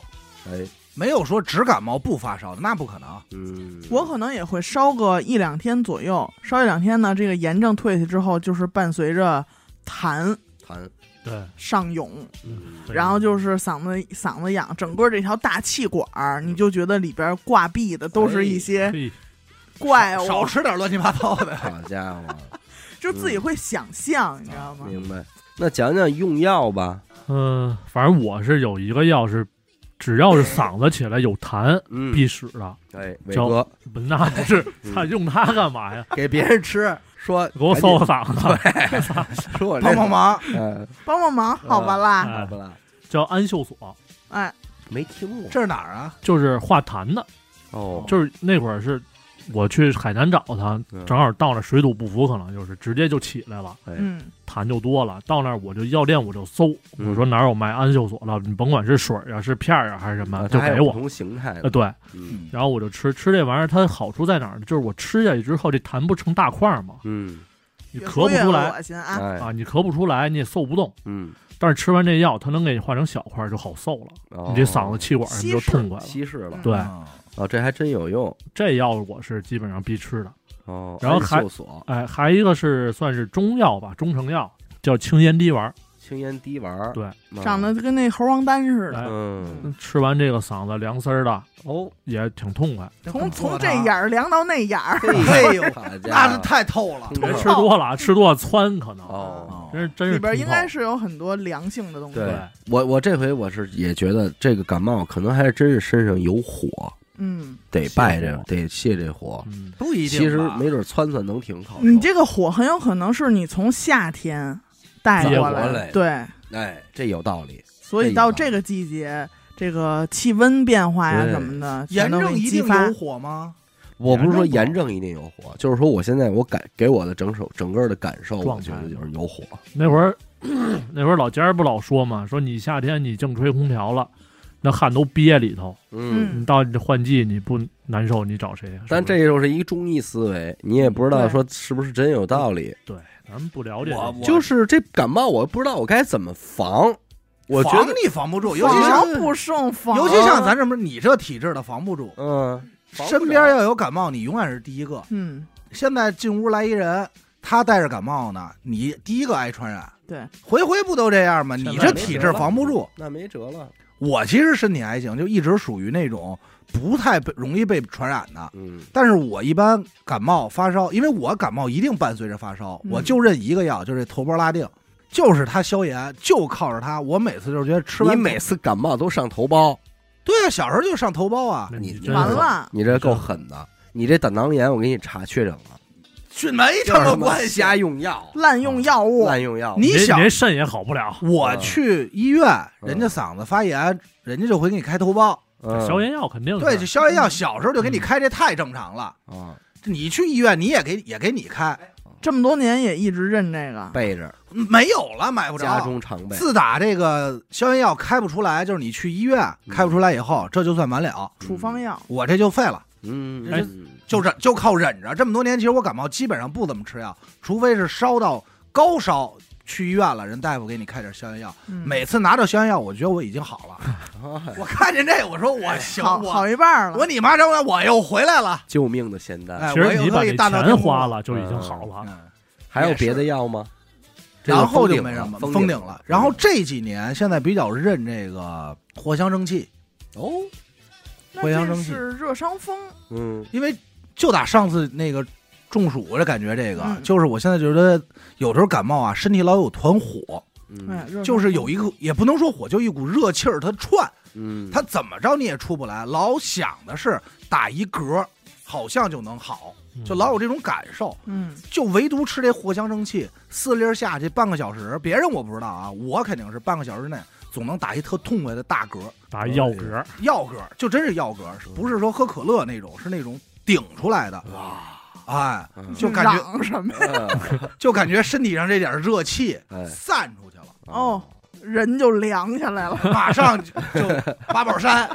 A: 哎，
B: 没有说只感冒不发烧的，那不可能。
A: 嗯，
C: 我可能也会烧个一两天左右，烧一两天呢，这个炎症退去之后，就是伴随着痰
A: 痰，
D: 对，
C: 上涌，
A: 嗯
D: 对
C: 然后就是嗓子嗓子痒，整个这条大气管儿，
D: 嗯
C: 你就觉得里边挂壁的都是一
A: 哎
C: 些
D: 嘿
C: 怪物，
B: 少吃点乱七八糟
C: [laughs]
B: 的。
A: 好家伙，
C: 就自己会想象，你知道吗？
A: 明白。那讲讲用药吧，
D: 嗯，反正我是有一个药是，只要是嗓子起来有痰
A: 嗯，
D: 必使的。
A: 哎，伟
D: 教
A: 哥
D: 不那不是
A: 嗯，
D: 他用它干嘛呀？
A: 给别人吃，说
D: 给我搜搜嗓子，
A: 赶紧说我这
B: 帮帮，忙，
A: 嗯，
C: 帮帮忙，好吧啦，
D: 哎
A: 好不啦，
D: 叫安秀索，
C: 哎，
A: 没听过
B: 这是哪儿啊？
D: 就是化痰的，
A: 哦，
D: 就是那会儿是我去海南找他
A: 嗯，
D: 正好到那水土不服，可能就是直接就起来了，
C: 嗯
D: 痰就多了。到那儿我就药店我就搜，
A: 嗯
D: 我说哪儿有卖安袖索的，你甭管是水儿啊、是片儿啊还是什么，就
A: 它还
D: 给
A: 有不
D: 我。
A: 同形态
D: 呃，
A: 的，
D: 对，
A: 嗯
D: 然后我就吃吃这玩意儿，它好处在哪儿呢？就是我吃下去之后，这痰不成大块儿嘛，
A: 嗯，
D: 你
C: 越
D: 咳
C: 说
D: 不
C: 越
D: 出来
C: 恶心啊！
A: 哎，
D: 啊，你咳不出来，你也嗽不动。
A: 嗯，
D: 但是吃完这药，它能给你化成小块儿，就好嗽了，
A: 你
D: 你这嗓子气管什么就
C: 稀释
D: 痛快了。
A: 稀释了，
D: 嗯
C: 嗯
D: 对
B: 啊
A: 哦，这还真有用
D: 这药我是基本上必吃的。
A: 哦。
D: 然后
A: 安
D: 还
A: 秀所
D: 哎，还一个是算是中药吧，中成药叫青烟滴丸儿，
A: 青烟滴丸儿，
D: 对
A: 嗯，
C: 长得就跟那猴王丹似的，
D: 哎
C: [laughs]
A: 嗯
D: 吃完这个嗓子凉丝儿的哦，也挺痛快。
C: 从
D: 啊
C: 从这眼，儿凉到那眼儿，
B: 哎呦
A: 好家
B: 啊那
A: 伙
B: 是太透了。嗯
A: 痛
D: 别
A: 快
D: 吃多了，吃多了窜可能，
A: 哦。
D: 真是 [laughs] 真是
C: 里边应该
D: 是
C: 是有很多良性的东西。
A: 对
D: 对，
A: 我我这回我是也觉得这个感冒可能还是真是身上有火，
C: 嗯，
A: 得拜这
D: 泻火
A: 得泄这火。
D: 嗯，
B: 不一定吧，
A: 其实没准窜窜能挺好受。
C: 你这个火很有可能是你从夏天带
D: 接
C: 过
D: 过
C: 来
A: 来
C: 的，
A: 的
C: 对，
A: 哎，这有道理。
C: 所以到
A: 这
C: 这个季节，这个气温变化呀
A: 对
C: 什么的，
B: 炎
C: 全都
B: 症
C: 给
B: 一
C: 激
B: 定
C: 发
B: 有。火吗？
A: 我不是说炎
D: 炎
A: 症一定有火，就是说我现在我感给我的整首整个的感受，我
D: 状
A: 觉
D: 态
A: 得就是有火。
D: 那会儿 [clears throat] 那会儿老家儿不老说嘛，说你夏天你净吹空调了，那汗都憋里头，
C: 嗯
D: 你到你这换季你不难受，你找谁啊呀？是不是
A: 但这就是一中医思维，你也不知道说是不是真有道理。
D: 对咱们不了解这
B: 我
D: 些，
B: 我
A: 就是这感冒，我不知道我该怎么防。我觉
B: 防
A: 得，
B: 你防不嗯住，尤其像
C: 防不胜防，
B: 尤其像咱这么你这体质的防不住，
A: 嗯，防不了
B: 身边要有感冒，你永远是第一个。
C: 嗯，
B: 现在进屋来一人，他带着感冒呢，你第一个挨传染。
C: 对，
B: 回回不都这样吗？你这体质防不住。
A: 那没辙了。
B: 我其实身体还行，就一直属于那种不太被容易被传染的。
A: 嗯，
B: 但是我一般感冒发烧，因为我感冒一定伴随着发烧，
C: 嗯
B: 我就认一个药，就是这头孢拉定，就是它消炎，就靠着它。我每次就是觉得吃完
A: 你每次感冒都上头孢，
B: 对啊，小时候就上头孢啊，
D: 那
A: 你
D: 你
A: 真
D: 真
C: 完
A: 是
D: 是
C: 了，
A: 你这够狠的。你这胆囊炎，我给你查确诊了，
B: 这没
A: 就是他妈
B: 关系。啊
A: 瞎用药，
C: 滥用药物，
A: 滥用药。
B: 你
D: 这
B: 想
D: 这肾也好不了，
B: 我去医院，
A: 嗯
B: 人家嗓子发炎，人家就会给你开头孢。
A: 嗯
D: 消炎药肯定是
B: 对，就消炎药，
C: 嗯
B: 小时候就给你开，这太正常了。
A: 啊，
B: 你去医院，你也给也给你开，
C: 这么多年也一直认这个，
A: 备着，
B: 没有了，买不
A: 家
B: 着。
A: 中常备。
B: 自打这个消炎药开不出来，就是你去医院
A: 嗯
B: 开不出来以后，这就算完了，
C: 处方药，
B: 我这就废了，
A: 嗯，
B: 哎就忍就靠忍着。这么多年，其实我感冒基本上不怎么吃药，除非是烧到高烧去医院了，人大夫给你开点消炎药。
C: 嗯
B: 每次拿着消炎药，我觉得我已经好了。
A: 哎
B: 我看见这，我说我行，
C: 好
B: 我
C: 好一半儿了。
B: 我你妈张我我又回来了。
A: 救命的仙丹。
B: 哎
D: 其
B: 我
D: 实
B: 又
D: 你把
B: 可以
D: 这
B: 大闹
D: 钱
B: 天宫
D: 花
B: 了
D: 了啊就已经
A: 嗯
D: 好了。
B: 嗯
A: 还有别的药吗？这
B: 然后
A: 封
B: 就
A: 顶
B: 没什
A: 了
B: 么
A: 封
B: 封
A: 顶
B: 顶
A: 了嗯
B: 了。然后这几年现在比较认这个藿香正气哦，
C: 那
B: 藿香
C: 这
B: 正气
C: 是热伤风，
A: 嗯，
B: 因为就打上次那个中暑，我就感觉这个、
C: 嗯
B: 就是我现在觉得有时候感冒啊，身体老有团火，
A: 嗯，
C: 哎热伤
B: 就是
C: 风
B: 有一个也不能说火，就一股热气儿它窜，
A: 嗯，
B: 它怎么着你也出不来，老想的是打一嗝，好像就能好，
D: 嗯
B: 就老有这种感受。
C: 嗯
B: 就唯独吃这藿香正气，四粒儿下去半个小时，别人我不知道啊，我肯定是半个小时内总能打一特痛快的大嗝，
D: 打药嗝，
B: 药嗝就真是药嗝，不是说喝可乐那种，是那种顶出来的，
A: 哇，
B: 哎，
A: 啊嗯
B: 就感觉
C: 嚷什么呀？
A: 哎
B: 就感觉身体上这点热气 [laughs]
A: 哎
B: 散出去了，
C: 哦，人就凉起来了， [laughs]
B: 马上就就八宝山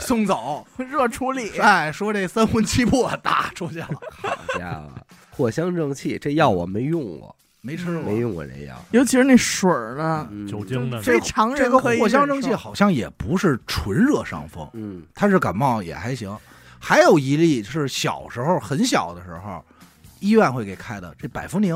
B: 送走，
C: 热处理。
B: 哎，说这三魂七魄打出去了，
A: [laughs] 好家伙，啊藿香正气这药我没用过，
B: 没吃过
A: 没。用过这药，
C: 尤其是那水儿呢，
A: 嗯
D: 酒精的
C: 非常
B: 这
C: 人
B: 个
C: 可以
B: 藿香正
C: 忍
B: 气
C: 受
B: 好像也不是纯热伤风，
A: 嗯，
B: 他是感冒也还行。还有一例是小时候很小的时候，医院会给开的这百福宁，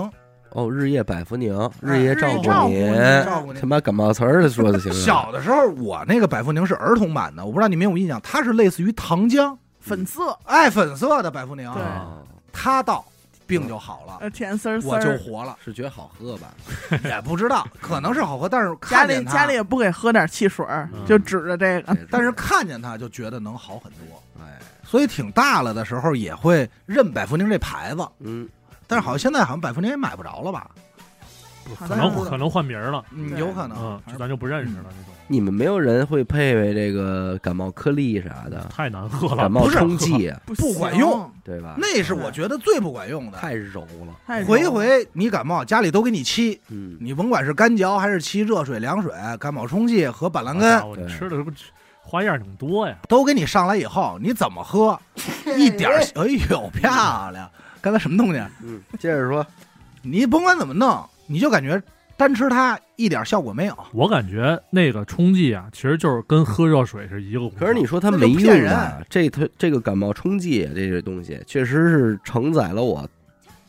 A: 哦，日夜百福宁，日夜
C: 照
A: 照顾
C: 顾您
B: 照顾您
A: 他。妈感冒词儿都说的行啊
B: 小 [laughs] 的时候，我那个百福宁是儿童版的，我不知道你们有没有印象，它是类似于糖浆，
C: 粉色，
B: 爱粉色的百福宁，
C: 对
A: 啊，，
B: 它到病就好了，
C: 呃，甜丝儿丝
B: 我就
C: 儿。
B: 活了
A: 是觉得好喝吧？
B: 也不知道，可能是好喝，但是
C: [laughs] 家
B: 看
C: 里
B: 见哎它
C: 家里也不给喝点汽水儿，
D: 嗯
C: 就指着这 [laughs] 个。
B: 但是看见它就觉得能好很多，
A: 哎，
B: 所以挺大了的时候也会认百福宁这牌子，
A: 嗯，
B: 但是好像现在好像百福宁也买不着了吧？
C: 好
D: 可
C: 像
D: 能
C: 是
D: 可能换名儿了，
B: 嗯，
C: 对
B: 有可能
D: 嗯，，就咱就不认识了那种，
A: 你们没有人会配备这个感冒颗粒啥的，
D: 太难喝了
A: 感。冒 [laughs]
B: 不是
A: 冲剂，啊
B: 不
C: 行
B: 管用，
A: 对吧？
B: 那是我觉得最不管用的。
A: 太柔了，
C: 太
B: 回
C: 柔了
B: 回你感冒，家里都给你沏，
A: 嗯，
B: 你甭管是干嚼还是沏热水、凉水、感冒冲剂和板蓝
D: 好
B: 根
D: 家，伙
A: 对
D: 啊吃的这不花样挺多呀，
B: 都给你上来以后，你怎么喝，一点儿，哎呦漂亮！刚才什么动静？
A: 嗯，接着说，
B: 你甭管怎么弄，你就感觉单吃它一点效果没有。
D: 我感觉那个冲剂啊，其实就是跟喝热水是一个功效。
A: 可是你说它没用啊，这它这个感冒冲剂啊这个东西，确实是承载了我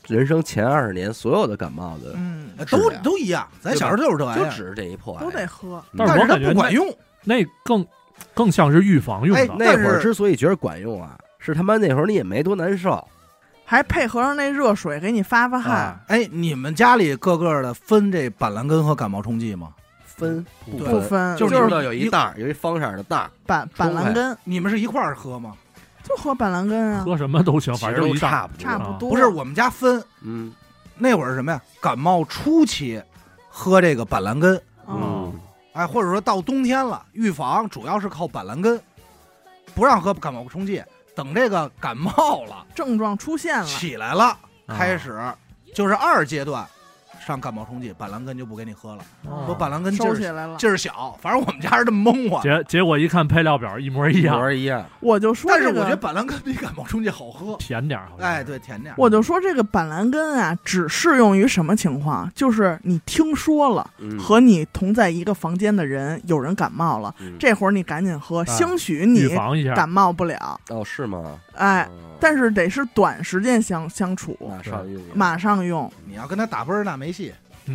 A: 人生前二十年所有的感冒的，
C: 嗯，
B: 呃
A: 是这
B: 都
D: 啊
A: 样
B: 都一样，咱小时候就是这玩意
A: 就
B: 儿，
A: 只是这一破玩意
C: 都
A: 儿
C: 得喝，
A: 嗯
D: 但
B: 但是
D: 是我
B: 它
D: 感觉
B: 不管
D: 那
B: 用。
D: 那更更像是预防用
B: 哎
D: 的，
A: 那
B: 但
A: 会儿
B: 是
A: 之所以觉得管用啊，是他妈那会儿你也没多难受，
C: 还配合上那热水给你发发汗，
A: 啊，
B: 哎，你们家里各个的分这板蓝根和感冒冲剂吗？
A: 分不
B: 对
C: 不
A: 分，
C: 分，
B: 就是
A: 你
C: 是
A: 知道有一袋儿，有一方色的袋儿，
C: 板板蓝根，
B: 你们是一块儿喝吗？
C: 就喝板蓝根啊，
D: 喝什么都行，
A: 其
D: 反
A: 实
D: 正就
A: 都
D: 一大
A: 差不
C: 差
A: 多。
C: 不多。
B: 不是，我们家分。
A: 嗯
B: 那会儿是什么呀？感冒初期喝这个板蓝根，
C: 嗯，
B: 哎，或者说到冬天了，预防主要是靠板蓝根，不让喝感冒冲剂。等这个感冒
C: [laughs]
B: 了
C: 症状出现了，
B: 起来了，
D: 啊
B: 开始就是二阶段上感冒冲剂，板蓝根就不给你喝了。
D: 哦
B: 说板蓝根劲
C: 收起
B: 儿
C: 来了。
B: 劲儿小，反正我们家是这么蒙我。
D: 结结果一看配料表一模一
A: 一
D: 样，
A: 模一样，
C: 我就说
B: 但
C: 这
B: 是
C: 个，
B: 我觉得板蓝根比感冒冲剂好
C: [laughs]
B: 喝。
D: 甜点儿好像。
B: 哎，，对，甜点儿。
C: 我就说这个板蓝根啊，只适用于什么情况？就是你听说了。
A: 嗯
C: 和你同在一个房间的人，有人感冒了，
A: 嗯
C: 这会儿你赶紧喝，兴许
D: 预
C: 你
D: 防一下。
C: 感冒不了。
A: 哦是吗？
C: 哎，
A: 哦
C: 但是得是短时间相相处，
A: 马上用了
C: 马上用，
B: 你要跟他打啵儿，那没戏。
A: 哦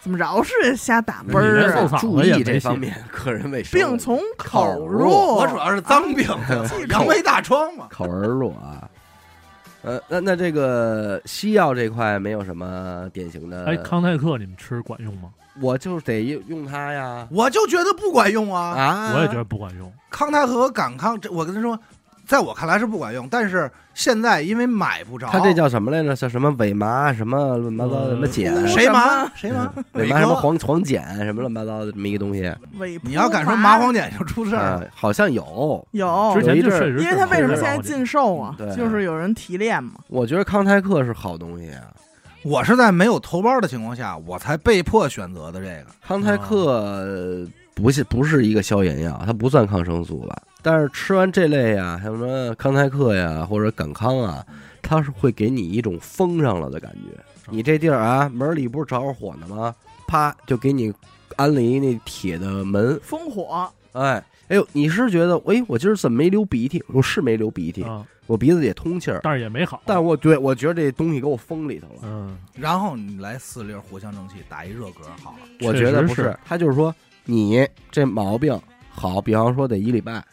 C: 怎么着是瞎打
A: 那
C: 啵
A: 你
C: 儿
A: 这
C: 啊？
D: 嗓子
A: 注
D: 也
A: 意
D: 没
A: 这
D: 戏
A: 方面个人卫生问题，
C: 病从口
A: 口入
C: 入，
B: 我主要是脏病，
C: 啊
B: 扬眉大疮嘛。
A: 口而入啊。 [laughs] 呃，那那这个西药这块没有什么典型的，
D: 哎，康泰克你们吃管用吗？
A: 我就得用用它呀
B: 我就觉得不管用啊！
A: 啊！
D: 我也觉得不管用。
B: 康泰和感康，这我跟他说，在我看来是不管用，但是现在因为买不着，
A: 它这叫什么来着？叫什么尾麻什么乱七八糟的什么碱？
D: 呃
B: 谁麻谁麻
A: 尾麻什么黄黄碱什么乱七八糟的这么一个东西
C: 尾
B: 你要敢说麻黄碱就出事儿
A: 啊
B: 了，，
A: 好像有。
C: 有
D: 之，前
A: 有一
D: 就
A: 阵儿
D: 确实是
C: 因为它为什么现在
D: 吃
C: 禁售啊
A: 对？
C: 就是有人提炼嘛。
A: 我觉得康泰克是好东西啊，
B: 我是在没有头孢的情况下，我才被迫选择的这个。
A: 康泰克呃不是不是一个消炎药，它不算抗生素吧？但是吃完这类啊，像什么康泰克呀或者感康啊，它是会给你一种封上了的感觉。你这地儿啊，门里不是着火呢吗？啪，就给你安了一那铁的门，
C: 烽火，
A: 哎。哎呦，你是觉得，哎，我今儿怎么没流鼻涕？我是没流鼻涕，
D: 啊，
A: 我鼻子也通气儿，
D: 但是也没好。
A: 但我对我觉得这东西给我封里头了。
D: 嗯，
B: 然后你来四粒藿香正气，打一热嗝好了。
A: 我觉得
D: 确实
A: 不
D: 是
A: 是，他就是说你这毛病好，比方说得一礼拜，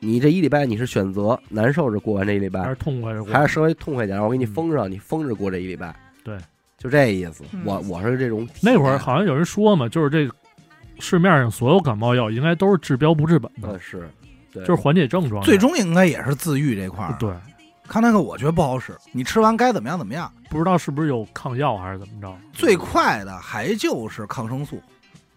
A: 你这一礼拜你是选择难受着过完这一礼
D: 还
A: 拜
D: 是，痛快着过。
A: 哎还是稍微痛快点，我给你
D: 嗯
A: 封上，你封着过这一礼拜。
D: 对，
A: 就这意思。
C: 嗯
A: 我我是这种体验
D: 那会儿，好像有人说嘛，就是这市面上所有感冒药应该都是治标不治本的
A: 嗯，是，对
D: 就是缓解症
A: 哦
D: 状的。
B: 最终应该也是自愈这块儿。
D: 对，
B: 康泰克我觉得不好使，你吃完该怎么样怎么
A: 嗯
B: 样。
D: 不知道是不是有抗药还是怎么着。
B: 最快的还就是抗生素，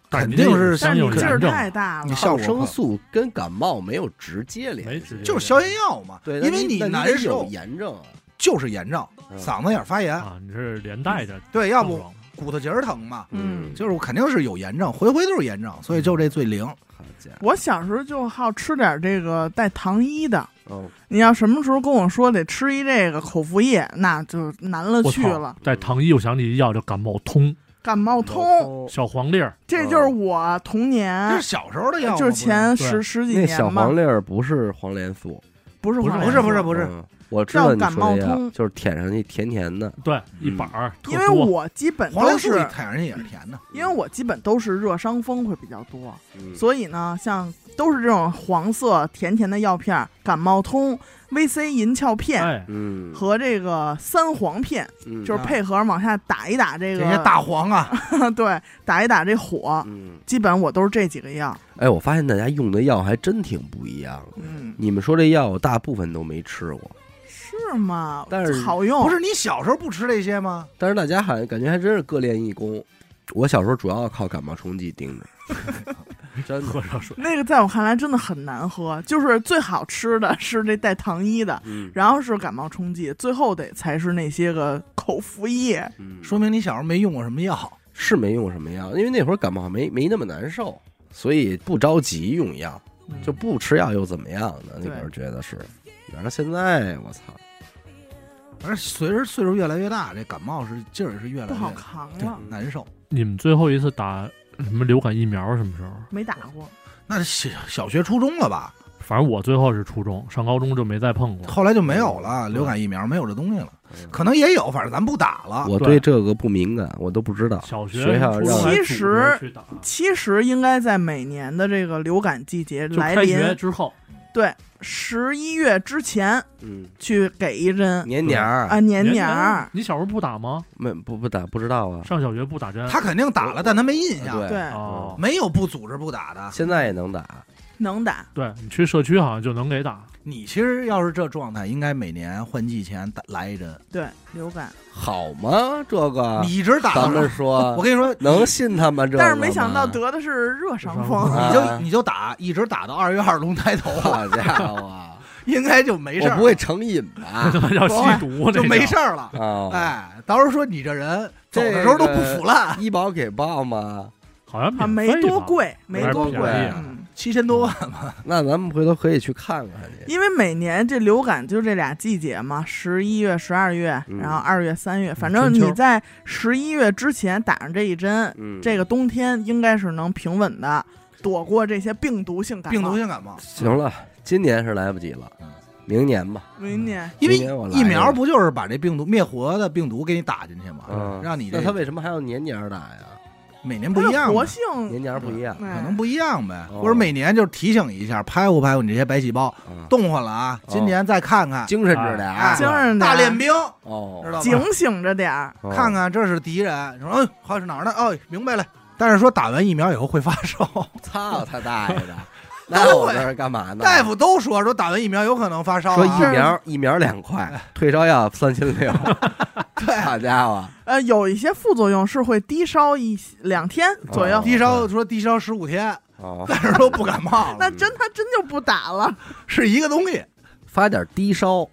D: 但
B: 肯
D: 你
B: 定
D: 这
B: 是
C: 但
D: 相
C: 是
D: 应
C: 你
D: 有
C: 劲儿
D: 炎症，
C: 太大了
B: 你，
A: 抗生素跟感冒没有直接联系，
D: 没直接
B: 就是消炎药嘛。
A: 对，
B: 因
A: 那
B: 为
A: 你那
B: 难
A: 得有
B: 受
A: 炎症啊，
B: 就是炎症，
A: 嗯
B: 嗓子眼儿发炎，
D: 啊，你是连带着
B: 对，要
D: 症
B: 不
D: 状的。
B: 骨头节儿疼嘛，
C: 嗯
B: 就是我肯定是有炎症，回回都是炎症，所以就这最灵。
A: 好家伙，
C: 我小时候就好吃点这个带糖衣的。
A: 哦，
C: 你要什么时候跟我说得吃一这个口服液，那就难了
D: 我
C: 去
D: 操
C: 了。
D: 在糖衣，我想起一药叫感冒通，
C: 感冒通，
D: 小黄粒儿，
C: 这就是我童
B: 这
C: 年
B: 是，小时候的药，
C: 啊呃就是
B: 我
C: 前
D: 对
C: 十十几
A: 那小
C: 年吧
A: 黄，粒儿不是黄连素，
C: 不是
D: 不是
C: 黄
B: 不
C: 连
B: 是
C: 素
B: 不是不是，
A: 嗯，我知道你
C: 感冒
A: 说的药
C: 通
A: 就是舔上去甜甜的，
D: 对，一
A: 嗯
D: 板儿，特
C: 因为
D: 多
C: 我基本
B: 不是黄
C: 嗯都
B: 连素
C: 是
B: 里舔上去也是甜的，
C: 因为我基本都是热伤风会比较多，
A: 嗯
C: 所以呢，像都是这种黄色甜甜的药片儿，感冒通、VC 银翘片
D: 哎，
A: 嗯，
C: 和这个三黄片，
A: 嗯
C: 就是配合往下打一打这
B: 这
C: 个，
B: 些大黄啊，
C: [laughs] 对，打一打这火，
A: 嗯，
C: 基本我都是这几个药。
A: 哎，我发现大家用的药还真挺不一样的。
C: 嗯，
A: 你们说这药，我大部分都没吃过，
C: 是吗？
A: 但是
C: 好用
B: 不是你小时候不吃这些吗？
A: 但是大家好像感觉还真是各练一功。我小时候主要靠感冒冲剂盯着，
C: [laughs]
A: 真的。
D: 喝热水。
C: 那个，在我看来真的很难喝，就是最好吃的 [laughs] 是那带糖衣的，
A: 嗯
C: 然后是感冒冲剂，最后得才是那些个口服液。
A: 嗯，
B: 说明你小时候没用过什么药。
A: 是没用什么药，因为那会儿感冒没没那么难受，所以不着急用药，就不吃药又怎么样呢？那
C: 嗯对
A: 会儿觉得是，反正现在我操，
B: 反正随着岁数越来越大，这感冒是劲儿是越来
C: 不好
B: 越
C: 扛啊
B: 对
C: 了，
B: 难受。
D: 你们最后一次打什么流感疫苗什么时候？
C: 没打过。
B: 那小小学、初中了吧？
D: 反正我最后是初中，上高中就没再碰过。
B: 后来就没有了流感疫苗，没有这东西了。
C: 嗯
B: 可能也有，反正咱不打了。
A: 我对这个不敏感，我都不知道。
D: 小学
A: 学校
D: 初中
A: 让
D: 还
C: 其
D: 组织
C: 实
D: 去打，
C: 其实应该在每年的这个流感季节
D: 就
C: 来
D: 开学
C: 临，
D: 之后，
C: 对十一月之前
A: 嗯，
C: 去给一针
A: 年年儿
C: 啊，年年
D: 儿
C: 儿，
D: 你小时候不打吗？
A: 没不不打不知道啊，
D: 上小学不打针？
B: 他肯定打了，但他没印象。
A: 对
C: 对，
D: 哦，
B: 没有不组织不打的。
A: 现在也能打，
C: 能打。
D: 对你去社区好像就能给打。 [laughs]
B: 你其实要是这状态，应该每年换季前打来一针。
C: 对，流感，
A: 好吗？这个
B: 你一直打到
A: 啊咱们
B: 我
A: 说
B: 跟你说，
A: 能信他们这个吗？
C: 但是没想到得的是热伤
D: 热
C: [laughs]
D: 伤
C: 风
D: 风。
B: 你就
A: 啊
B: 你就打，一直打到二月二龙抬头，
A: [laughs] 好家伙，
B: 应该就 [laughs] 没事
A: 我
B: 儿，
A: 不会成瘾吧？
D: 他妈叫吸毒，
B: 就
D: 那
B: 没
D: 叫
B: 事儿了。
A: 啊，，
B: 哎，到时候说你这人走的时候都不腐
A: [laughs]
B: 烂，
A: 医保给报吗？
D: 好像
C: 它
D: 免
C: 没
D: 费
C: 多
D: 吧，
C: 贵，没多
A: 免
C: 贵，
A: 费
C: 嗯，
B: 七千多万
A: 那咱们回头可以去看看去。
C: 因为每年这流感就这俩季节嘛，十一月、十二月，
A: 嗯
C: 然后二月、三月，反
D: 嗯
C: 正
D: 春秋
C: 你在十一月之前打上这一针，
A: 嗯，
C: 这个冬天应该是能平稳的躲过这些病毒性感
B: 病
C: 冒。
B: 毒性感冒。
A: 行了，今年是来不及了
B: 嗯，
A: 明年吧。
C: 明年
B: 因为
A: 明年我来
B: 疫苗
A: 了
B: 不就是把这病毒灭活的病毒给你打进去嘛
A: 嗯，
B: 让你这
A: 那他为什么还要年年打呀？
B: 每年
C: 它
B: 不一
C: 的
B: 样
C: 活
B: 嘛，
C: 性
A: 年年不一样
C: 哎
B: 可能不一样呗，
A: 哦
B: 或者每年就提醒一下，拍呼拍呼你这些白细胞，
A: 啊，
B: 动换了啊，今年再看看
A: 精神着点
B: 哎
A: 啊
C: 精神点
B: 大
C: 儿
B: 练兵，
A: 哦
B: 知，道吗？
C: 警醒着点儿。
A: 哦
B: 看看这是敌人，你说嗯，好是哪儿的？哦，明白了。但是说打完疫苗以后会发烧，
A: 操他大爷的，那
B: 都
A: 我
B: 会
A: 这是干嘛呢？
B: [laughs] 大夫都说说打完疫苗有可能发烧啊，
A: 说疫苗疫苗两块，退烧药三千六，好家伙，
C: 呃，有一些副作用是会低烧一两天左右
A: 哦，
B: 哎低烧说低烧十五天， [laughs]
A: 哦，
B: 但是说不感冒了，
C: 那真他真就不打了。
B: [laughs] 是一个东西。
A: 发点低烧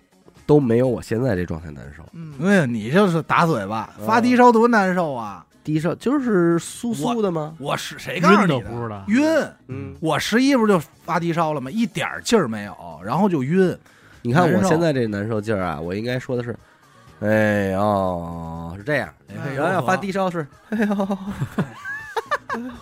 A: 都没有我现在这状态难受。
C: 嗯，
B: 哎呀，你就是打嘴巴，
A: 嗯
B: 发低烧多难受啊！
A: 低烧就是酥酥的吗？
B: 我是谁告诉
D: 晕的
B: 你
D: 不
B: 的？
D: 知道。
B: 晕！
A: 嗯，
B: 我十一不就发低烧了吗？一点儿劲儿没有，然后就晕。
A: 你看
B: 难
A: 我
B: 受
A: 现在这难受劲儿啊，我应该说的是，哎呦，是这样。
C: 哎
A: 然后要发，低烧是，哎呦，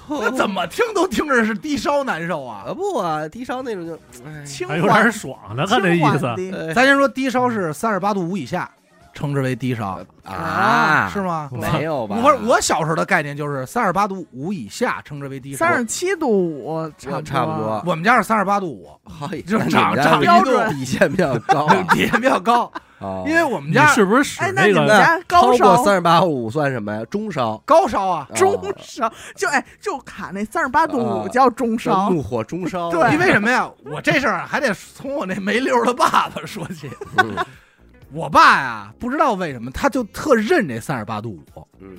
B: 那怎么听都听着是低烧难受啊！
A: 啊不啊，低烧那种就，哎，
C: 轻
D: 还
C: 缓
D: 有点爽呢，看这
C: 轻
D: 意
C: 缓
D: 思。
C: 的
A: 哎
B: 咱先说低烧是三十八度五以下，称之为低烧
A: 啊，
B: 是？吗？
D: 我
A: 没有吧？
B: 我我小时候的概念就是三十八度五以下称之为低烧，
C: 三十七度五，
A: 我
C: 差
A: 差不多，
B: 我们家是三十八度五，
A: 好，
B: 就
A: 那你
B: 长
A: 们家
B: 长
A: 这
C: 标
A: 个
C: 准
A: 底线比较高啊，
B: [laughs] 底线比较高，
A: 哦
B: 因为我们
D: 你
B: 家
D: 是不是使
C: 哎那
D: 那
C: 你们
D: 个？
A: 那
C: 家高
A: 嗯超
C: 烧
A: 过三十八五算什么呀？中烧，
B: 高烧啊，
C: 中
A: 哦
C: 烧，就哎就卡那三十八度
A: 啊
C: 五叫中
A: 叫
C: 烧，
A: 怒火中烧，啊
C: 对
B: 因为什么呀？我这事儿还得从我那没溜儿的爸爸说起。
A: 嗯
B: 我爸呀，不知道为什么他就特认这三十八度五，
A: 嗯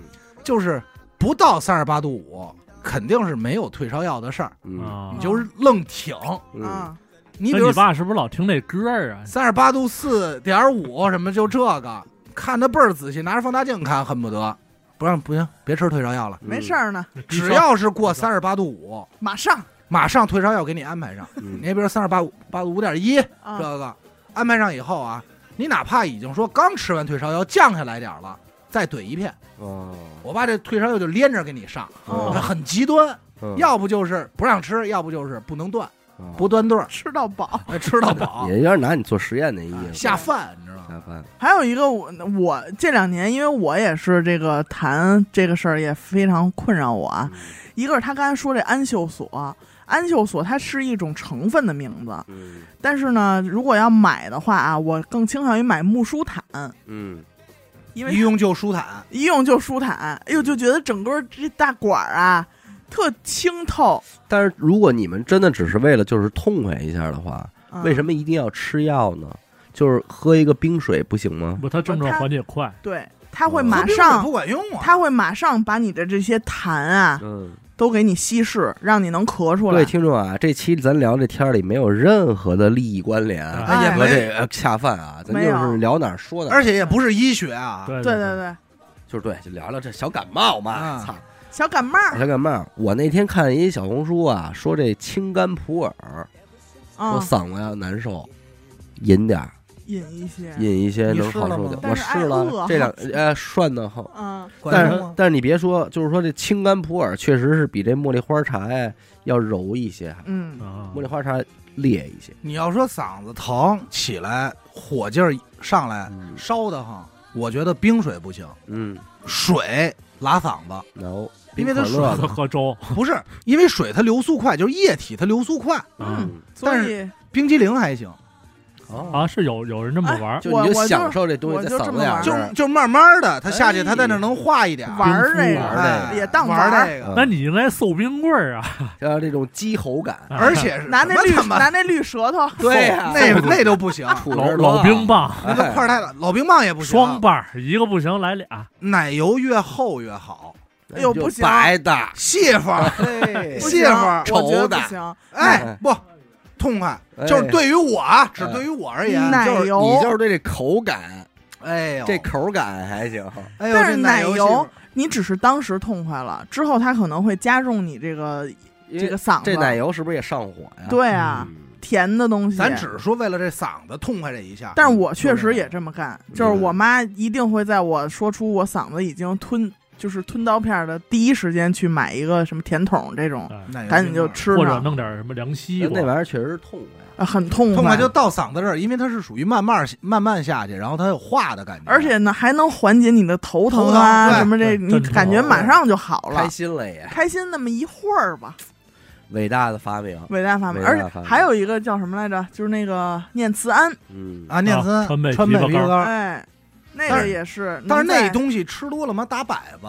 B: 就是不到三十八度五，肯定是没有退烧药的事儿，
A: 嗯
D: 啊
B: 你就是愣挺。
A: 嗯，
C: 啊，
B: 你比
D: 那
B: 如
D: 你爸是不是老听那歌儿啊？
B: 三十八度四点五什么，就这个看的倍儿仔细，拿着放大镜看，恨不得不让不行，别吃退烧药
A: 嗯
B: 了，
C: 没事儿呢，
D: 低烧
B: 只要是过三十八度五，
C: 马上
B: 马上退烧药给你安排上。你
A: 嗯，
B: 那边三十八八度五点一，这
C: 啊，
B: 个安排上以后啊，你哪怕已经说刚吃完退烧药降下来点儿了，再怼一片，
A: 哦，
B: 我爸这退烧药就连着给你上，
C: 哦
B: 这很极端，
A: 嗯
B: 要不就是不让吃，要不就是不能断，
A: 哦
B: 不断顿儿，
C: [laughs] 吃到饱。
B: 哎吃到
A: [laughs]
B: 饱
A: 也有点拿你做实验的意思，啊
B: 下饭，你知道吗？
A: 下饭，
C: 还有一个我我这两年，因为我也是这个痰这个事儿也非常困扰我啊。一个是他刚才说这氨溴索，氨溴索它是一种成分的名字，
A: 嗯
C: 但是呢，如果要买的话啊，我更倾向于买木舒坦，
A: 嗯，
C: 因为
B: 一用就舒坦，
C: 一用就舒坦，哎呦，就觉得整个这大管儿啊，特清透。
A: 但是
C: 嗯
A: 如果你们真的只是为了就是痛快一下的话，为什
C: 么？
A: 么一定要吃药呢？就是喝一个冰水不行吗？
D: 不，它症状
C: 它
D: 缓解快，
C: 对，它会
A: 哦
B: 喝
C: 马
B: 冰水
C: 上
B: 不管用啊，
C: 它会马上把你的这些痰啊
A: 嗯，
C: 都给你稀释，让你能咳出
A: 各
C: 来
A: 位。听众啊，这期咱聊这天儿里没有任何的利益关联
D: 啊
B: 哎也
A: 和
B: 没，
A: 这个恰饭啊，咱
C: 没
A: 就
C: 有
A: 是聊哪儿说哪儿，
B: 而且也不是医学啊，
D: 对
C: 对
D: 对，
C: 对，
A: 就是对，就聊聊这小感冒嘛，
B: 啊
A: 操、
C: 小感冒，
A: 小感冒。我那天看一小红书啊，说这清肝普洱，说
C: 嗯，
A: 嗓子呀难受，饮点儿，
C: 饮一些，
A: 饮一些
B: 你
A: 能
B: 试
A: 好
B: 了
A: 受
B: 吗
A: 点。我
C: 但是
A: 试
C: 爱
A: 了
C: 饿
A: 这两呃涮的好，
C: 嗯，
B: 管
A: 但
B: 用
A: 是
B: 吗？
A: 但是你别说，就是说这清肝普洱确实是比这茉莉花茶呀要柔一些，
C: 嗯，
D: 啊
A: 茉莉花茶烈一些。
B: 你要说嗓子疼起来，火劲儿上来，
A: 嗯
B: 烧得慌，我觉得冰水不行，
A: 嗯，
B: 水拉嗓子。
A: 然后
B: 因为
A: 冰可
B: 它
A: 乐
B: 水
D: 喝
A: 嘛
D: 喝粥，
B: 不是，因为水它流速快，就是液体它流速快。
D: 嗯
A: 嗯
C: 所
B: 但
C: 以
B: 冰激凌还行，
A: 哦，
D: 啊，是有有人这么玩儿，
A: 就
C: 我
A: 你
C: 我就
A: 享受这东
C: 我
A: 西在
C: 就
A: 嗓
C: 这
A: 子
C: 么
A: 眼
C: 玩
A: 儿
C: 儿
A: 这
B: 就
A: 儿，
B: 就慢慢的，它下去
A: 哎
B: 它在那儿能化一点儿，
C: 玩儿这
A: 冰敷
C: 个
A: 玩儿这
B: 哎
A: 个
C: 也当
B: 玩
C: 玩
B: 儿
C: 儿
A: 嗯
B: 这个。
D: 那你应该揍冰棍儿啊，
A: 然啊后这种鸡吼感，
B: 而且是
C: 拿那绿
B: 什么他妈
C: 拿那绿舌头，
A: 对呀
B: 那那都不行，
A: 杵
D: 老
A: 着啊哎
D: 老
A: 了
D: 冰棒，
B: 那都块儿太大，老冰棒也不行，
D: 双棒儿一个不行来俩，
B: 奶油越厚越好，
A: 哎
C: 哎呦
A: 就
C: 不行
A: 白的，
B: 细缝儿，
A: 嘿 [laughs]
C: 不
B: 媳
C: 行，
B: 妇儿
C: 我觉
A: 丑
C: 得
A: 的
C: 不行，
B: 哎，不痛快，就是
A: 哎
B: 对于我啊，只对于我而言，
C: 奶
B: 就是
C: 油，
A: 你就是对这口感，
C: 哦
B: 哎呦，
A: 这口感还行。
B: 哎呦，
C: 但是
B: 这奶
C: 奶
B: 细
C: 油
B: 缝儿
C: 你只是当时痛快了，之后它可能会加重你这个
A: 因
C: 这
A: 为
C: 个嗓子。
A: 这奶油是不是也上火呀？
C: 对啊，
A: 嗯
C: 甜的东西。
B: 咱只是说为了这嗓子痛快这一下，嗯
C: 但是我确实也这么干，就是我妈一定会在我说出我嗓子已经吞，就是吞刀片儿的第一时间去买一个什么甜筒这种，
D: 哎
B: 奶油
C: 赶紧就
B: 细缝儿
C: 吃
D: 或者
C: 上，
D: 弄点儿什么凉西瓜
A: 那，玩意儿确实痛快啊。
C: 呃很痛
B: 痛快就到嗓子这儿，因为它是属于慢慢慢慢下去，然后它有化的感觉，
C: 而且呢还能缓解你的头疼
B: 头
C: 啊
B: 疼
C: 什么这，
D: 对
C: 你
D: 真
C: 感觉
D: 疼
C: 马上就好了
A: 开，心了也，
C: 开心那么一会儿吧。
A: 伟大的发明，
C: 伟大发明，
A: 伟大
C: 而
A: 发明
C: 且还有一个叫什么来着？就是那个念慈谙，
A: 嗯，
B: 啊，念慈
D: 啊川贝
B: 川
D: 枇
B: 贝
D: 杷
B: 枇杷
D: 膏
B: 膏，
C: 哎，那
B: 但
C: 个
B: 是
C: 也是，
B: 但是
C: 能在
B: 那东西吃多了嘛，打摆子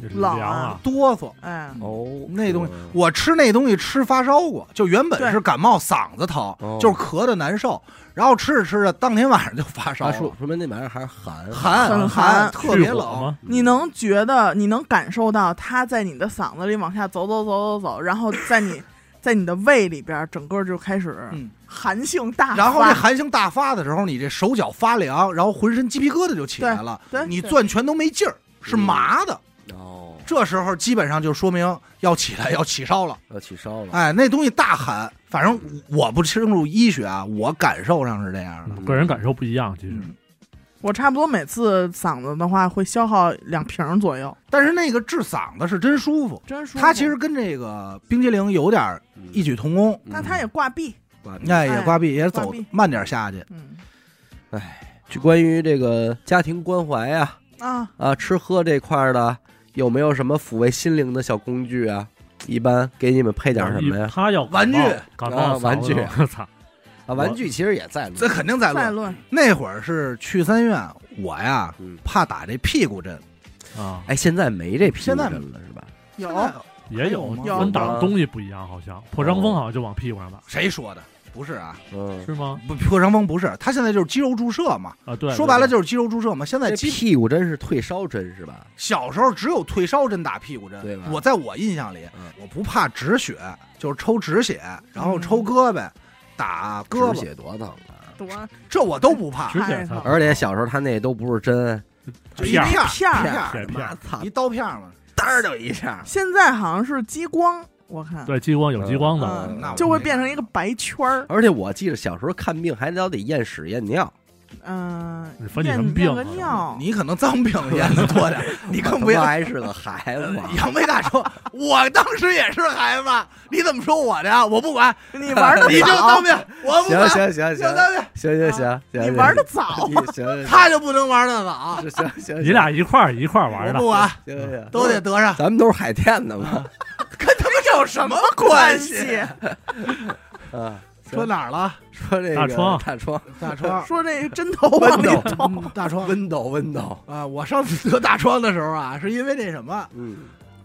D: 凉
C: 冷
D: 啊
C: 啊，
B: 哆嗦。
C: 哎，
A: 哦，
B: 那东西，我吃那东西吃发烧过，就原本
C: 对
B: 是感冒嗓子疼
A: 哦，
B: 就是咳的难受，然后吃着吃着，当天晚上就发烧
A: 他
B: 了，
A: 说说明那玩意儿还是寒啊嗯
B: 寒
C: 很
B: 寒，
C: 寒
B: 特别
D: 去火
B: 冷。
D: 吗？
C: 你能觉得，你能感受到它在你的嗓子里往下走走走走走，然后在
B: [coughs]
C: 你在你的胃里边，整个就开始
B: 嗯
C: 寒性大发。
B: 然后这寒性大发的时候，你这手脚发凉，然后浑身鸡皮疙瘩就起来了，
C: 对
B: 你
C: 对
B: 攥拳都没劲儿，是麻的。
A: 哦，
B: 这时候基本上就说明要起来，要起烧了。
A: 要起烧
C: 啊
A: 了。
B: 哎，那东西大喊，反正我不清楚医学啊，我感受上是这样的。
D: 个人感受不一样，其实
B: 嗯，
C: 我差不多每次嗓子的话会消耗两瓶左右，
B: 但是那个治嗓子是真舒服，
C: 真舒服。
B: 它其实跟这个冰激凌有点
A: 嗯
B: 异曲同工。
C: 但它也挂壁，
A: 嗯
B: 哎，也
C: 哎
B: 挂壁，也走
C: 挂壁
B: 慢点下去。
C: 嗯
A: 就关于这个家庭关怀啊
C: 啊，
A: 啊，吃喝这块儿的，有没有什么抚慰心灵的小工具啊？一般给你们配
D: 啊
A: 点什么呀？
D: 他要感
B: 玩具
D: 冒感
A: 啊
D: 冒
A: 玩具
D: [laughs] 我操！
A: 啊，玩具其实也在
B: 这
A: 录，
B: 肯定在
C: 再
B: 论。
C: 论
B: 那会儿是去三院，我呀
A: 嗯
B: 怕打这屁股针，
D: 啊，
A: 哎，现在没这屁
B: 现
A: 股
B: 在
A: 针了是吧？
C: 有
B: 现在
D: 也
B: 有
D: 有
B: 吗
C: 有
D: 跟打的东西不一样，好像破伤风好像就往屁股上打，
B: 谁说的？不是啊，
A: 嗯，
D: 是吗？
B: 不破伤风不是，他现在就是肌肉注射嘛，
D: 啊，对，
B: 说白了
D: 就
B: 就是肌肉注射嘛。现在
A: 这
B: 肌
A: 屁股针是退烧针是吧？
B: 小时候只有退烧针打屁股针，
A: 对吧
B: 我在我印象里
A: 嗯，
B: 我不怕止血，就是抽止血，然后抽胳膊，打胳
A: 止
B: 膊，啊
A: 血多疼啊！
C: 多
B: 这我都不怕
D: 止，血才
A: 而且小时候他那都不是针，
B: 就一
D: 片儿
B: 片儿
C: 片儿
B: 片儿
D: 片儿
A: 妈操，
B: 一刀片儿嘛，
A: 当儿就一下，
C: 现在好像是激光，我看
D: 对激光有激光的，
C: 嗯
B: 那我
C: 就会变成一个白圈儿。
A: 而且我记得小时候看病还老得验屎验尿，
C: 嗯
D: 你，分你什
C: 验
D: 么病
C: 验个
D: 啊
C: 尿，
B: 你可能脏病验的多点儿，你更不
A: 我他妈
B: 要。
A: 还是个孩子
B: [laughs]
A: 嘛。
B: 杨梅大说：“我当时也是孩子，你怎么说我的呀？我不管，
C: 你玩的
B: [laughs] 你就当
C: 早，
B: 面，我不
A: 行
B: 管，
A: 行行行
B: 就当面，
A: 行行
B: 啊
A: 行行，
C: 你玩的早
A: 你，行行，
B: 他就不能玩得早，
A: 是行行，
D: 你俩一块儿一块儿玩
B: 我
D: 的
B: 不，管，
A: 行行行，
B: 啊都得得上，
A: 咱们都是海淀的嘛，
B: [laughs] 跟他们有 [laughs] 什么
C: 关
B: 系？
C: 系。
A: 啊，
B: 说哪儿了？
A: 说这个
D: 大窗
A: 大窗
B: [laughs] 大窗，
C: 说这个针头啊往里捅，
B: 嗯大 [laughs] 窗
A: 温斗温斗，
B: 啊！我上次得大窗的时候啊，是因为那什么，
A: 嗯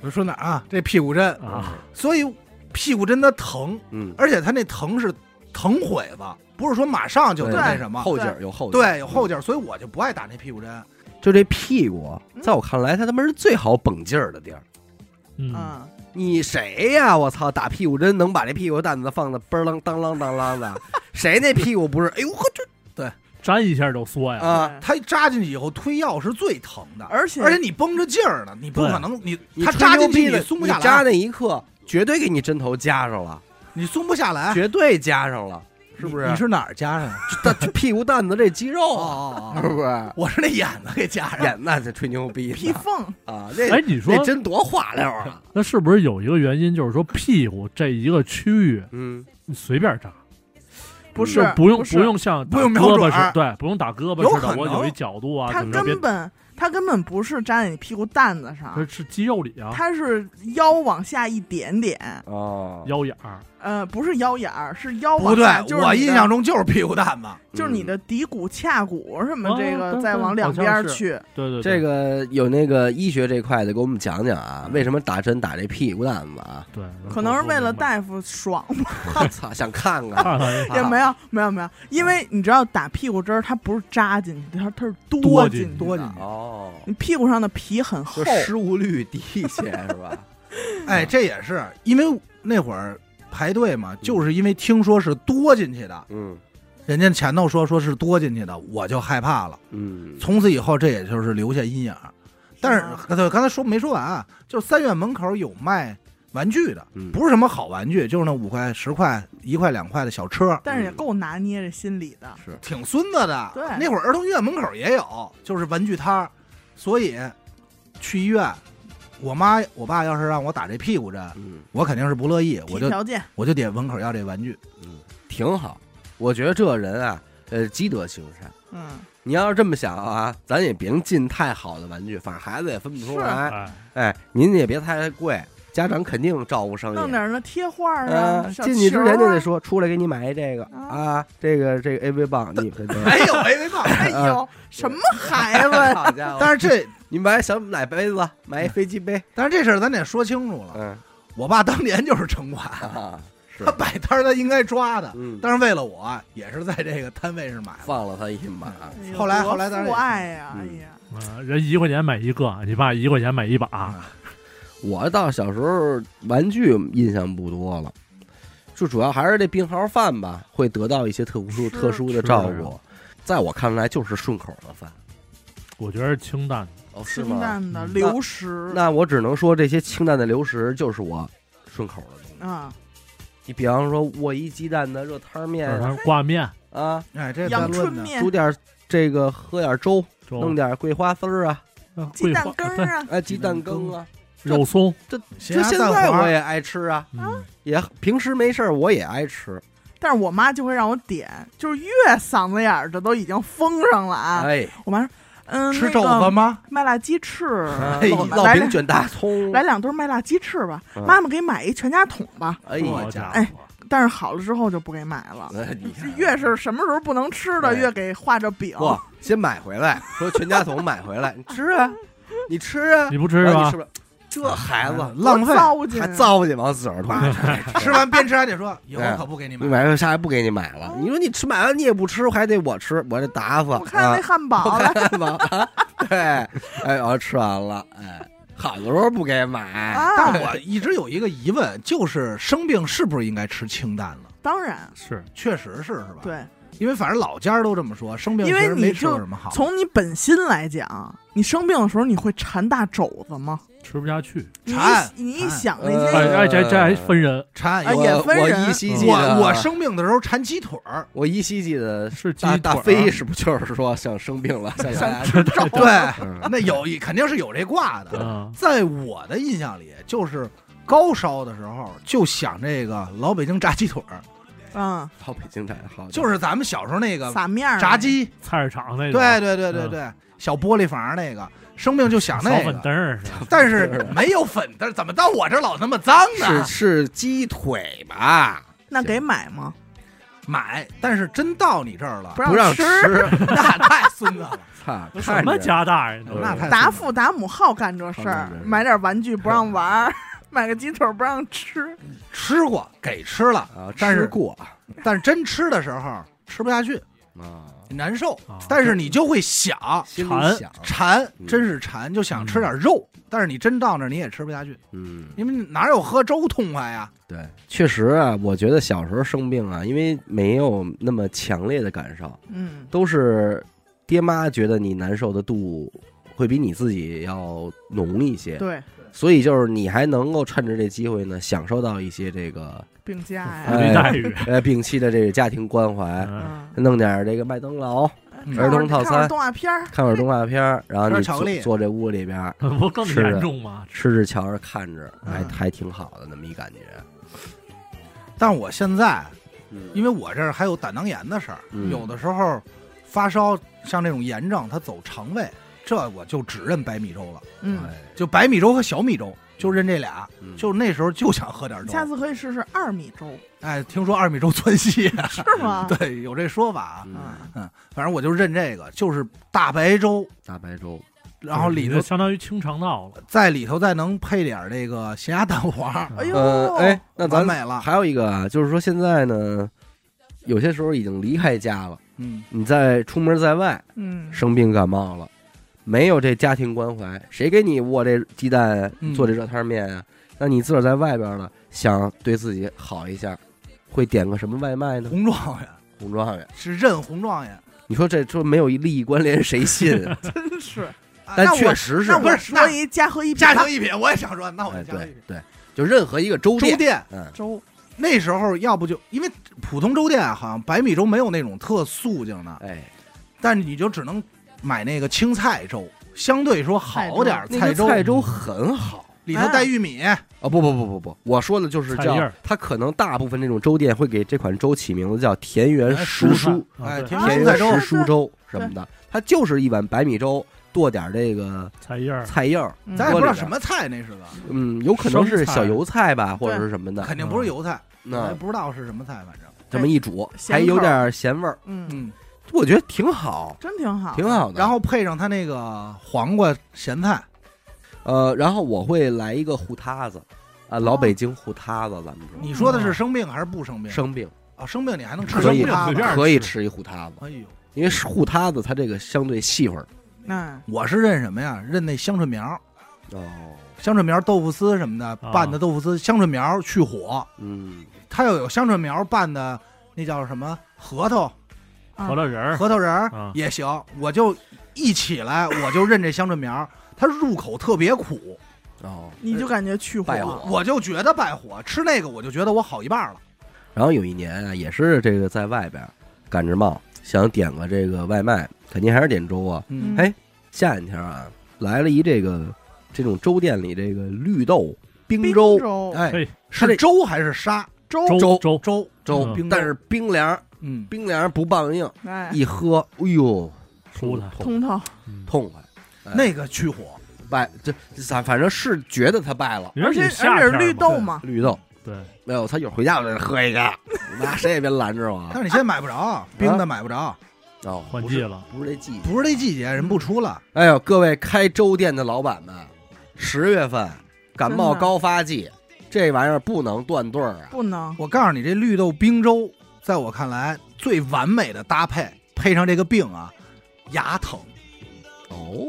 B: 我说哪儿啊？这屁股针，
D: 啊，
B: 所以屁股针它疼，
A: 嗯
B: 而且它那疼是疼悔吧，不是说马上就能
A: 对
B: 那什么，
A: 后劲儿有后劲儿，嗯
B: 对，有后劲儿，所以我就不爱打那屁股针。
A: 就这屁股，
B: 嗯
A: 在我看来，它他妈是最好绷劲儿的地儿。
D: 嗯，
B: 啊
C: 嗯，
A: 你谁呀？我操，打屁股针能把这屁股蛋子放的嘣儿啷当啷当啷的？谁那屁股不是？哎呦呵，这
D: 粘一下就缩呀，
A: 啊，
B: 它扎进去以后推药是最疼的，
C: 嗯而且
B: 而且你绷着劲儿呢，你不
D: 对
B: 可能你
A: 你
B: 它
A: 吹
B: 扎
A: 牛
B: 进去
A: 逼的
B: 松不下
A: 你扎
B: 来，
A: 那一刻，绝对给你针头夹上了，
B: 你松不下来，
A: 绝对夹上了，是
B: 哎你
A: 不是？
B: 你是哪儿加上的？
A: 大屁股蛋子这肌肉啊，
B: 哦
A: 是，不是？
B: 我是那眼子给加上的。
A: 演那得吹牛逼呢
C: 屁缝，
A: 啊！那
D: 哎，你说
A: 那针多滑溜啊！
D: 那是不是有一个原因，就是说屁股这一个区域
A: 嗯，
D: 你随便扎，
C: 不
D: 就是不用
C: 是
D: 不，用像
B: 不用
D: 打
B: 瞄
D: 胳膊
B: 准
D: 似
B: 儿
D: 的，对，不用打胳
B: 有
D: 膊似
B: 可
D: 的，我
B: 能
D: 有一角度啊，
C: 他
D: 怎么着别
C: 根本他根本不是扎在你屁股蛋子上
D: 这，是肌肉里啊，
C: 他是腰往下一点点，
B: 啊
A: 哦，
D: 腰眼儿，
C: 呃，不是腰眼儿，是腰
B: 不
C: 往
B: 对
C: 下，就是，
B: 我
C: 你的
B: 印象中就是屁股蛋子。
C: 就是你
A: 嗯
C: 的骶骨、髂骨什么
D: 哦
C: 这个，
D: 对
C: 再
D: 对
C: 往
D: 好
C: 两
D: 像
C: 边儿
D: 是
C: 去，
D: 对对，对
A: 这个有那个医学这块的，给我们讲讲啊，为什么打针打这屁股蛋子啊？
D: 对，
C: 可能是为了
D: 带
C: 大夫爽吧，
A: 我操，想看看，
D: 看看
C: 也没
A: 有
C: 有没有没有，因为你知道打屁股针儿，它不是扎进去，它它是
D: 多进
C: 进
D: 去
C: 多
B: 多进去
A: 哦，
C: 你屁股上的皮很厚
A: 就，失误率低一些是吧？
B: 哎，这也是因为那会儿排队嘛，就是因为听说是多进去的，
A: 嗯
B: 人家前头说说是多进去的，我就害怕了。
A: 嗯，
B: 从此以后，这也就是留下阴影。但
C: 吗
B: 是呃对，刚才说没说完啊，就是三院门口有卖玩具的，
A: 嗯
B: 不是什么好玩具，就是那五块、十块、一块、两块的小车，
C: 但是也够拿捏这心理的。
A: 是
B: 挺孙子的。
C: 对
B: 那会儿儿童医院门口也有，就是玩具摊儿，所以去医院，我妈我爸要是让我打这屁股针，
A: 嗯
B: 我肯定是不乐意，我
C: 提
B: 就
C: 条件，
B: 我就得门口要这玩具。
A: 挺好，我觉得这人啊，呃，积德行善。
C: 嗯，
A: 你要是这么想啊，咱也别进太好的玩具，反正孩子也分不出
C: 是
A: 来。
D: 哎，
A: 哎，您也别太贵，家长肯定照顾上
C: 弄
A: 瘾。
C: 点儿那贴画儿
A: 啊
C: 啊，，小
A: 进去之
C: 球
A: 前就
C: 儿
A: 得
C: 啊，
A: 说，出来给你买一这个
C: 啊
A: 啊，这个这个 AV 棒，你们
B: 哎呦，没没办
C: 哎
A: 呃
C: 呦，什么孩子？
A: 好家伙！
B: 但是这
A: 你买小奶杯子，买一飞机杯，
B: 但是这事儿咱得说清楚了，
A: 嗯
B: 我爸当年就是城管，
A: 啊，是
B: 他摆摊儿他应该抓的，
A: 嗯，
B: 但是为了我也是在这个摊位上买的。
A: 放了他一马，
C: 哎呦
B: 后来
C: 多
B: 后来咱
C: 父
B: 也
C: 爱呀，哎
A: 嗯
C: 呀，
D: 啊人一块钱买一个，你爸一块钱买一把，
A: 我到小时候玩具印象不多了，就主要还是这病号饭吧，会得到一些特殊
C: 是
A: 特殊的照顾。在我看来，就是顺口的饭。
D: 我觉得是清淡的，
A: 哦，是
C: 清
A: 吗？
C: 淡的
D: 嗯
C: 流食
A: 那我只能说，这些清淡的流食就是我顺口的东西。
C: 啊，
A: 你比方说，握一鸡蛋的热汤面
D: 但是
A: 啊
D: 它挂面，
A: 啊，
B: 哎，这咱
C: 阳春
B: 论的，
C: 面
A: 煮、点这个，喝点粥，
D: 就
A: 弄点桂花丝儿啊，
D: 啊
C: 鸡
D: 桂
C: 蛋
D: 花
C: 羹
D: 对
C: 儿
D: [laughs]
C: 啊，
A: 哎，鸡蛋羹啊。
D: 肉松，
A: 就
B: 咸
A: 现
B: 鸭蛋
A: 在
B: 黄
A: 我也爱吃啊，
D: 嗯，
A: 也平时没事儿我也爱吃。
C: 但是我妈就会让我点，就是越嗓子眼儿这都已经封上了啊。
A: 哎，
C: 我妈说，嗯，
B: 吃
C: 那
B: 肘
C: 个
B: 子
C: [laughs]
B: 吗？
C: 麦辣鸡翅，
A: 啊
B: 哎
A: 烙
B: 呀
A: 烙饼卷大葱，
C: 来两顿麦辣鸡翅吧，
A: 嗯
C: 妈妈给买一全家桶吧。
A: 哎
D: 好
A: 呀，
D: 家
C: 哎
D: 伙，
C: 但是好了之后就不给买了，
A: 哎你看
C: 越是什么时候不能吃
B: 哎
C: 的，
A: 对
C: 越给画着饼。
A: 不先买回来，说全家桶买回来，你吃啊，你吃啊，
D: 你不吃
A: 然
D: 是
A: 后你
D: 吧
A: 是？不是？这孩子
B: 哎浪费，
C: 糟践
A: 还，糟践啊往死上骂， [laughs]
B: 吃完边吃还得说，以后
A: 哎
B: 可不给你
A: 你
B: 买。
A: 买回下来不给你买了，你说你吃买完你也不吃，还得我吃，我这打死
C: 我看那
A: 啊，
C: 汉堡了
A: 看吧，啊对，哎，我吃完了，哎，好的时候不给
B: 哎
A: 买，
C: 啊
B: [laughs] 但！我一直有一个疑问，就是生病是不是应该吃清淡了？
C: 当然，
D: 是
B: 确实是，是吧？，
C: 对，
B: 因为反正老家儿都这么说，生病
C: 因
B: 确
C: 为
B: 实没
C: 你
B: 吃过
C: 就
B: 什么好。
C: 从你本心来讲，你生病的时候你会馋大肘子吗？
D: 吃不下去，
C: 你
B: 馋
C: 一你一
B: 馋
C: 想那
A: 呃
D: 哎
C: 些，
D: 哎，这这还分人，
B: 馋
C: 哎
B: 有
C: 也
A: 我
C: 分
A: 我
C: 人
A: 依
D: 嗯
A: 稀记得，
B: 我我生病的时候馋鸡腿
A: [laughs]
B: 儿，
A: 我依稀记得
D: 是鸡
A: 大
D: 腿
A: 大
D: 儿啊
A: 飞是不是就是说想生病了，想想吃
B: 对，
A: 嗯
B: 那有肯定是有这挂的。
D: 啊，
B: 在我的印象里，就是高烧的时候就想这个老北京炸鸡腿儿，
C: 嗯，
A: 到北京站好，
B: 就是咱们小时候那个
C: 撒面儿啊
B: 炸，鸡，
D: 菜市场那种，
B: 对对对对
D: 嗯
B: 对，小玻璃房那个，生病就想
D: 小
B: 那
D: 粉
B: 个，
D: 灯儿似的，
B: 但是没有粉的，怎么到我这儿老那么脏
A: 是
B: 呢？
A: 是鸡腿吧？
C: 那给买吗？
B: 买，但是真到你这儿了，
A: 不让
C: 吃，
B: [laughs] 那太孙子
A: [laughs]
B: 了，
A: 操，
D: 都什
A: 看着
D: 么家大人
A: 嗯
D: 都
B: 那太孙子了
C: 达父达母好干这事
A: 好干
C: 儿
A: 这事，儿
C: 买点玩具不让玩儿，买个鸡腿不让吃，
B: 吃过给吃了，
A: 啊，
B: 但
A: 吃
B: 是
A: 过
B: 但是真吃的时候吃不下去，
A: 啊，
B: 难受
D: 啊，
B: 但是你就会想
A: 心里
D: 馋
A: 想，
B: 馋，
A: 嗯
B: 真是馋，就想吃
D: 嗯
B: 点肉，但是你真到那儿你也吃不下去，
A: 嗯，
B: 因为哪有喝粥痛快呀？
A: 对，确实啊，我觉得小时候生病啊，因为没有那么强烈的感受，
C: 嗯，
A: 都是爹妈觉得你难受的度会比你自己要浓一些，
C: 对，
A: 所以就是你还能够趁着这机会呢，享受到一些这个
C: 病假
D: 福
C: 呀，
D: 利待遇，
A: 呃病妻的这个家庭关怀，
D: 嗯
C: 嗯，
A: 弄点儿这个麦当劳，
B: 嗯
A: 儿童套餐
C: 看会儿动画片儿，
A: 看会儿动画片儿，然后
B: 吃
A: 你
B: 点巧克力
A: 坐坐这屋里边儿
D: 嗯不更
A: 是的
D: 严重吗？
A: 吃着瞧着看着，还
C: 嗯
A: 还挺好的那么一感觉，
B: 但我现在
A: 嗯
B: 因为我这儿还有胆囊炎的事儿，
A: 嗯
B: 有的时候发烧，像这种炎症，它走肠胃，这我就只认白米粥了，
C: 嗯，
B: 就白米粥和小米粥，就认这俩。
A: 哎嗯
B: 就那时候就想喝点粥，
C: 下次可以试试二米粥，
B: 哎，听说二米粥窜稀，啊
C: 是吗？
B: 对，有这说法。啊
A: 嗯
C: 嗯，
B: 反正我就认这个，就是大白粥，
A: 大白粥，
B: 然后里
A: 嗯
D: 就
B: 头
D: 相当于清肠道了，
B: 在里头再能配点那个咸鸭蛋黄，
C: 哎
A: 呃
C: 呦，，
A: 哎， [laughs] 那咱
B: 完
A: 们
B: 美了。
A: 还有一个啊，就是说现在呢，有些时候已经离开家了，
B: 嗯，
A: 你在出门在外
C: 嗯，
A: 生病感冒了，没有这家庭关怀，谁给你握这鸡蛋
B: 嗯
A: 做这热汤面啊？那你自个儿在外边了，想对自己好一下，会点个什么外卖呢？
B: 红状元
A: 红状元，
B: 是认红状元，
A: 你说这说没有利益关联，谁信啊？
C: 真是。
B: 啊
A: 但
B: 那
A: 确
B: 我
A: 实是
C: 那，
B: 不
C: 我
B: 是
C: 说一家和一
B: 家
C: 和
B: 常一品，我也想说，那我
A: 哎，
B: 就家常一
A: 对
B: 品。
A: 对，就任何一个粥
B: 粥
A: 店，
B: 店
A: 嗯，
C: 粥，
B: 那时候要不就因为普通粥店好像白米粥没有那种特素净的，
A: 哎，
B: 但你就只能买那个青菜粥，相对说好点儿
A: 那个
B: 菜粥，哎
A: 菜粥很好。
B: 里头带玉米，
A: 啊、不不不不不，我说的就是
D: 菜叶
A: 叫
D: 儿
A: 它可能大部分这种粥店会给这款粥起名字叫田园
B: 哎
A: 时蔬、
D: 蔬菜
B: 哎，
D: 啊对
B: 甜
C: 啊
A: 田
B: 青
A: 园
B: 菜
A: 时
B: 粥
C: 对
A: 蔬粥什么的，它就是一碗白米粥，剁点这个
D: 菜叶儿，
A: 菜叶儿，
C: 嗯
B: 咱也不知
A: 锅
B: 道
A: 里边
B: 什么菜那是个，
A: 嗯，有可能是
D: 生菜
A: 小油菜吧，或
C: 对
A: 者是什么的，
B: 肯定不是油菜，咱也
A: 那
B: 不知道是什么菜，反正
A: 这么一煮，
C: 咸
A: 还有
C: 口儿
A: 点咸味儿，
C: 嗯，
B: 嗯，
A: 我觉得挺好，
C: 真挺好，
A: 挺好的。
B: 然后配上它那个黄瓜咸菜，
A: 呃，然后我会来一个糊塌子，啊，老北京糊塌子，咱们说
B: 你说的是生病还是不生病？
A: 生病
B: 啊，生病你还能吃
A: 可以
B: 生病
D: 随便
B: 吧
D: 儿
A: 可以
D: 吃
A: 吃一糊塌子，
B: 哎呦，
A: 因为是糊塌子它这个相对细份儿
C: 嗯，
B: 我是认什么呀？认那香椿苗，
A: 哦，
B: 香椿苗豆腐丝什么的
D: 啊
B: 拌的豆腐丝，香椿苗去火，
A: 嗯。
B: 它又有香椿苗拌的那叫什么核桃，
C: 啊
D: 核桃仁儿，
B: 核桃仁
D: 啊
B: 儿也行。我就一起来我就认这香椿苗，它入口特别苦，
A: 哦，
C: 你就感觉去火
A: 败火
B: 我就觉得败火，吃那个我就觉得我好一半了。
A: 然后有一年啊，也是这个在外边儿赶着冒，想点个这个外卖，肯定还是点粥啊。
B: 嗯
A: 哎下一天啊，来了一这个这种粥店里这个绿豆冰
C: 冰
A: 粥
C: 粥
B: 哎，
D: 嘿，
A: 它这
B: 是粥还是沙
C: 粥
A: 粥
D: 粥粥，
B: 粥？
A: 粥
D: 嗯，
B: 冰
A: 但是冰凉
B: 嗯，
A: 冰凉不棒硬，
C: 哎，
A: 一喝，哎呦，
D: 舒坦
A: 痛
C: 通透，
D: 嗯
A: 痛快。哎
B: 那个去火，
A: 败这咱反正是觉得它败了，
D: 你说
C: 而且
D: 你夏
C: 而且是
D: 天嘛
C: 绿豆嘛，
A: 绿豆
D: 对，
A: 没有，他一会儿回家我再喝 [laughs] 一个，你妈谁也别拦着我
B: 但是
A: 啊。
B: 你现在买不着，冰的买不着，
A: 哦，
D: 换
A: 不
D: 季
A: 是
D: 了，
A: 不是这季节，
B: 不是这季节人不出了。
A: 哎呦，各位开粥店的老板们，十月份感冒
C: 真的
A: 高发季，这玩意儿不能断顿儿啊！
C: 不能，
B: 我告诉你，这绿豆冰粥，在我看来最完美的搭配，配上这个病啊，牙疼。
A: 哦，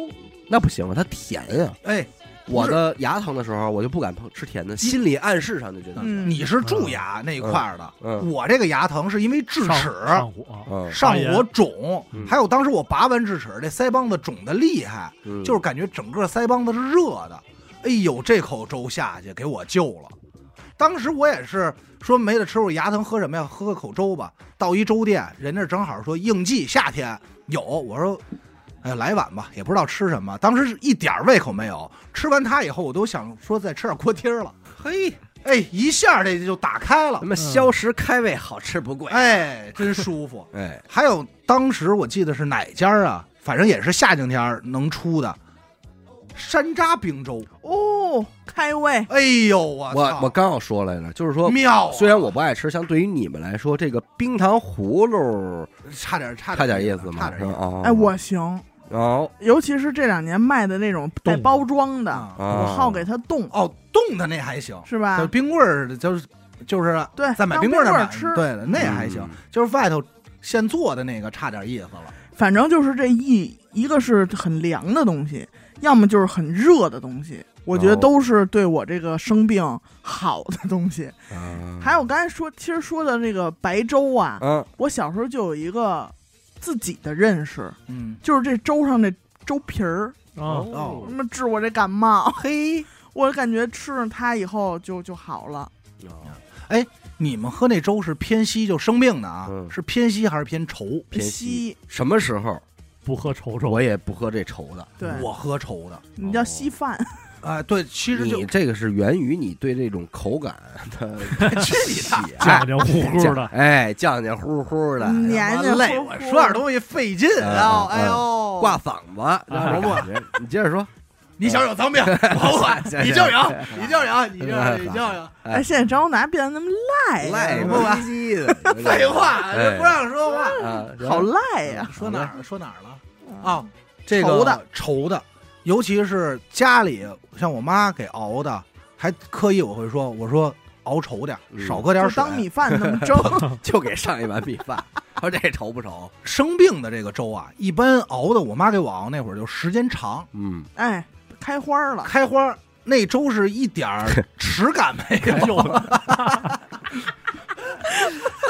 A: 那不行啊，它甜啊！
B: 哎，
A: 我的牙疼的时候，我就不敢碰吃甜的，心理暗示上就觉得，
C: 嗯，
B: 你是蛀牙那一块儿的，
A: 嗯
B: 我这个牙疼是因为智
D: 上
B: 齿
D: 上火，
A: 嗯
B: 上
D: 发炎
B: 火肿
A: 嗯，
B: 还有当时我拔完智齿，这腮帮子肿的厉害，
A: 嗯，
B: 就是感觉整个腮帮子是热的。哎呦，这口粥下去给我救了。当时我也是说没得吃，我牙疼，喝什么呀？喝个口粥吧。到一粥店，人家正好说应季夏天有，我说，哎，来碗吧，也不知道吃什么。当时是一点儿胃口没有，吃完它以后，我都想说再吃点锅贴儿了。
A: 嘿，嗯
B: 哎，一下这就打开了
A: 咱，们消食开胃，好吃不贵。
B: 哎，真舒服。 [laughs]
A: 哎，
B: 还有当时我记得是哪家儿啊，反正也是夏天天儿能出的山楂冰粥。
C: 哦，开胃，
B: 哎呦，我
A: 我
B: 操
A: 我刚要说来着，就是说。
B: 妙啊，
A: 虽然我不爱吃，像对于你们来说，这个冰糖葫芦
B: 差点差
A: 差点
B: 意
A: 意思嘛，
B: 差
A: 是
B: 点
A: 吧
B: 意思
A: 哦，
C: 哎，我行，
A: 哦，
C: 尤其是这两年卖的那种带
D: 冻
C: 包装的，
B: 啊
A: 啊
C: 我好给它冻，
B: 哦，冻的那还行，
C: 是
B: 就
C: 吧？
B: 冰棍儿就是就是
C: 对，
B: 在买
C: 当
B: 冰
C: 冰
B: 棍儿那买
C: 吃。
B: 对的，那还行
A: 嗯。
B: 就是外头现做的那个差点意思了。
C: 反正就是这一一个是很凉的东西，要么就是很热的东西。我觉得
A: 哦
C: 都是对我这个生病好的东西。
A: 啊
C: 还有刚才说，其实说的这个白粥啊，
A: 嗯
C: 我小时候就有一个自己的认识，
B: 嗯，
C: 就是这粥上这粥皮儿，
A: 嗯
D: 啊，
B: 哦
C: 什么治我这感冒，
B: 嘿，
C: 我感觉吃上它以后就就好了。
B: 你们喝那粥是偏稀就生病的啊？
A: 嗯
B: 是偏稀还是偏稠？
A: 偏
C: 稀
A: 稀，什么时候
D: 不喝稠稠
A: 我也不喝这稠的。
C: 对，
B: 我喝稠的。
C: 你叫
A: 哦
C: 稀饭，
B: 哎，对，其实就
A: 你这个是源于你对这种口感的
B: 去你
A: 喜
B: 大
A: 爱，
D: 酱酱糊
A: [laughs]
D: 糊的，
A: 哎，酱酱乎乎的，
C: 嗯 [laughs] 黏
B: 妈
C: 黏
B: 累，
C: 乎
B: 我
C: 乎
B: 说点东西费劲啊！
A: 啊
B: 哎呦，
A: 挂嗓
B: 哎
A: 子，让人感觉。你接着说，
B: 你小时候有脏病，我管
A: 行
B: 你就有，你就有，你就有，你就有。
C: 哎，现在张拿变得那么赖呀、
A: 赖
B: 哎不吧
A: 唧唧的，
B: 废话，
A: 哎
B: 这不让说话。
A: 啊，
C: 好赖呀、
B: 说哪儿？说哪儿了？
A: 嗯哦
B: 啊，这个
C: 稠的
B: 稠的，尤其是家里像我妈给熬的，还刻意我会说，我说熬稠点儿，
A: 嗯
B: 少搁点
C: 就
B: 儿水。
C: 当米饭
A: [laughs]
C: 那么蒸，
A: 就给上一碗米饭。说这稠不稠？
B: 生病的这个粥啊，一般熬的，我妈给我熬那会儿就时间长，
A: 嗯，
C: 哎，开花了，
B: 开花儿那粥是一点儿 [laughs] 齿感没有。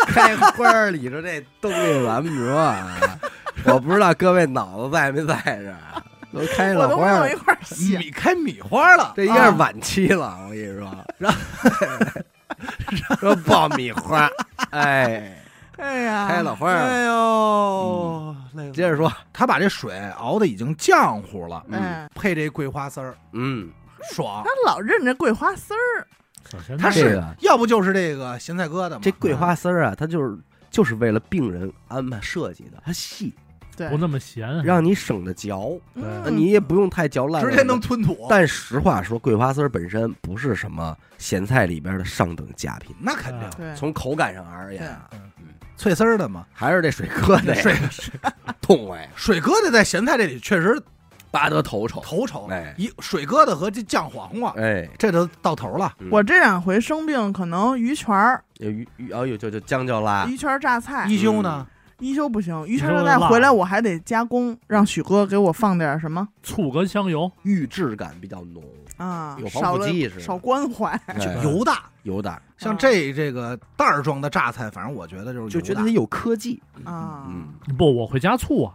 A: 开花儿里头这东西咱们说啊，我不知道各位脑子在没在这儿啊，都开
C: 我
A: 了
C: 都
A: 花
C: 没有一
A: 儿，
C: 块儿想。
B: 米开米花了，
A: 这应该是晚期了，我跟你说，然后说爆米花，哎，
C: 哎呀，
A: 开了花
B: 嗯
A: 儿了
C: 哎呦，
B: 那个
A: 接着说，
B: 她把这水熬的已经浆糊了，
A: 嗯
C: 哎，
B: 配这桂花丝儿，
A: 嗯，
B: 爽
C: 他。老认着桂花丝儿，
D: 首先
B: 它
A: 这
B: 是
A: 个
B: 要不就是这个咸菜疙瘩嘛，
A: 这桂花丝儿啊，它就是就是为了病人安排设计的，它细，
C: 对
D: 不，那么咸，
A: 让你省着嚼，
C: 嗯，
A: 你也不用太嚼烂了，
B: 直接能吞吐。
A: 但实话说，桂花丝儿本身不是什么咸菜里边的上等佳品，
B: 那肯定
D: 啊
C: 对，
A: 从口感上而言啊，
B: 哎脆丝儿的嘛，
A: 还是这水疙瘩
B: 水
A: 呀痛快呀，
B: 水疙瘩在咸菜这里确实
A: 巴得头丑。
B: 头丑，
A: 哎
B: 一水疙瘩和这酱黄瓜，
A: 哎，
B: 这都到头了。
A: 嗯
C: 我这两回生病，可能鱼圈儿、
A: 有鱼鱼哦呦，就就将就啦，
C: 鱼圈儿榨菜、
B: 一休呢，
C: 一休不行，鱼
D: 休
C: 圈儿榨
D: 辣
C: 菜回来我还得加工，让许哥给我放点什么
D: 醋跟香油，
A: 预制感比较浓，
C: 啊
A: 有，防
C: 少
A: 腐
C: 了
A: 剂似的
C: 少关怀，
B: 就
A: 哎
B: 嗯油大。
A: 油大，
B: 像这这个袋儿装的榨菜，反正我觉得嗯就是
A: 就觉得
B: 油
A: 它
B: 大
A: 有科技。
C: 啊，
A: 嗯，
D: 不，我会加醋啊，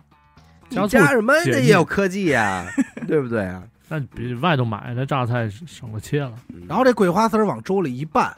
A: 你
D: 加醋
A: 加什么
D: 解
A: 那
D: 腻
A: 也有科技呀， [laughs] 对不对啊？
D: 那比外头买的榨菜省了切了，
A: 嗯
B: 然后这桂花丝儿往粥里一拌，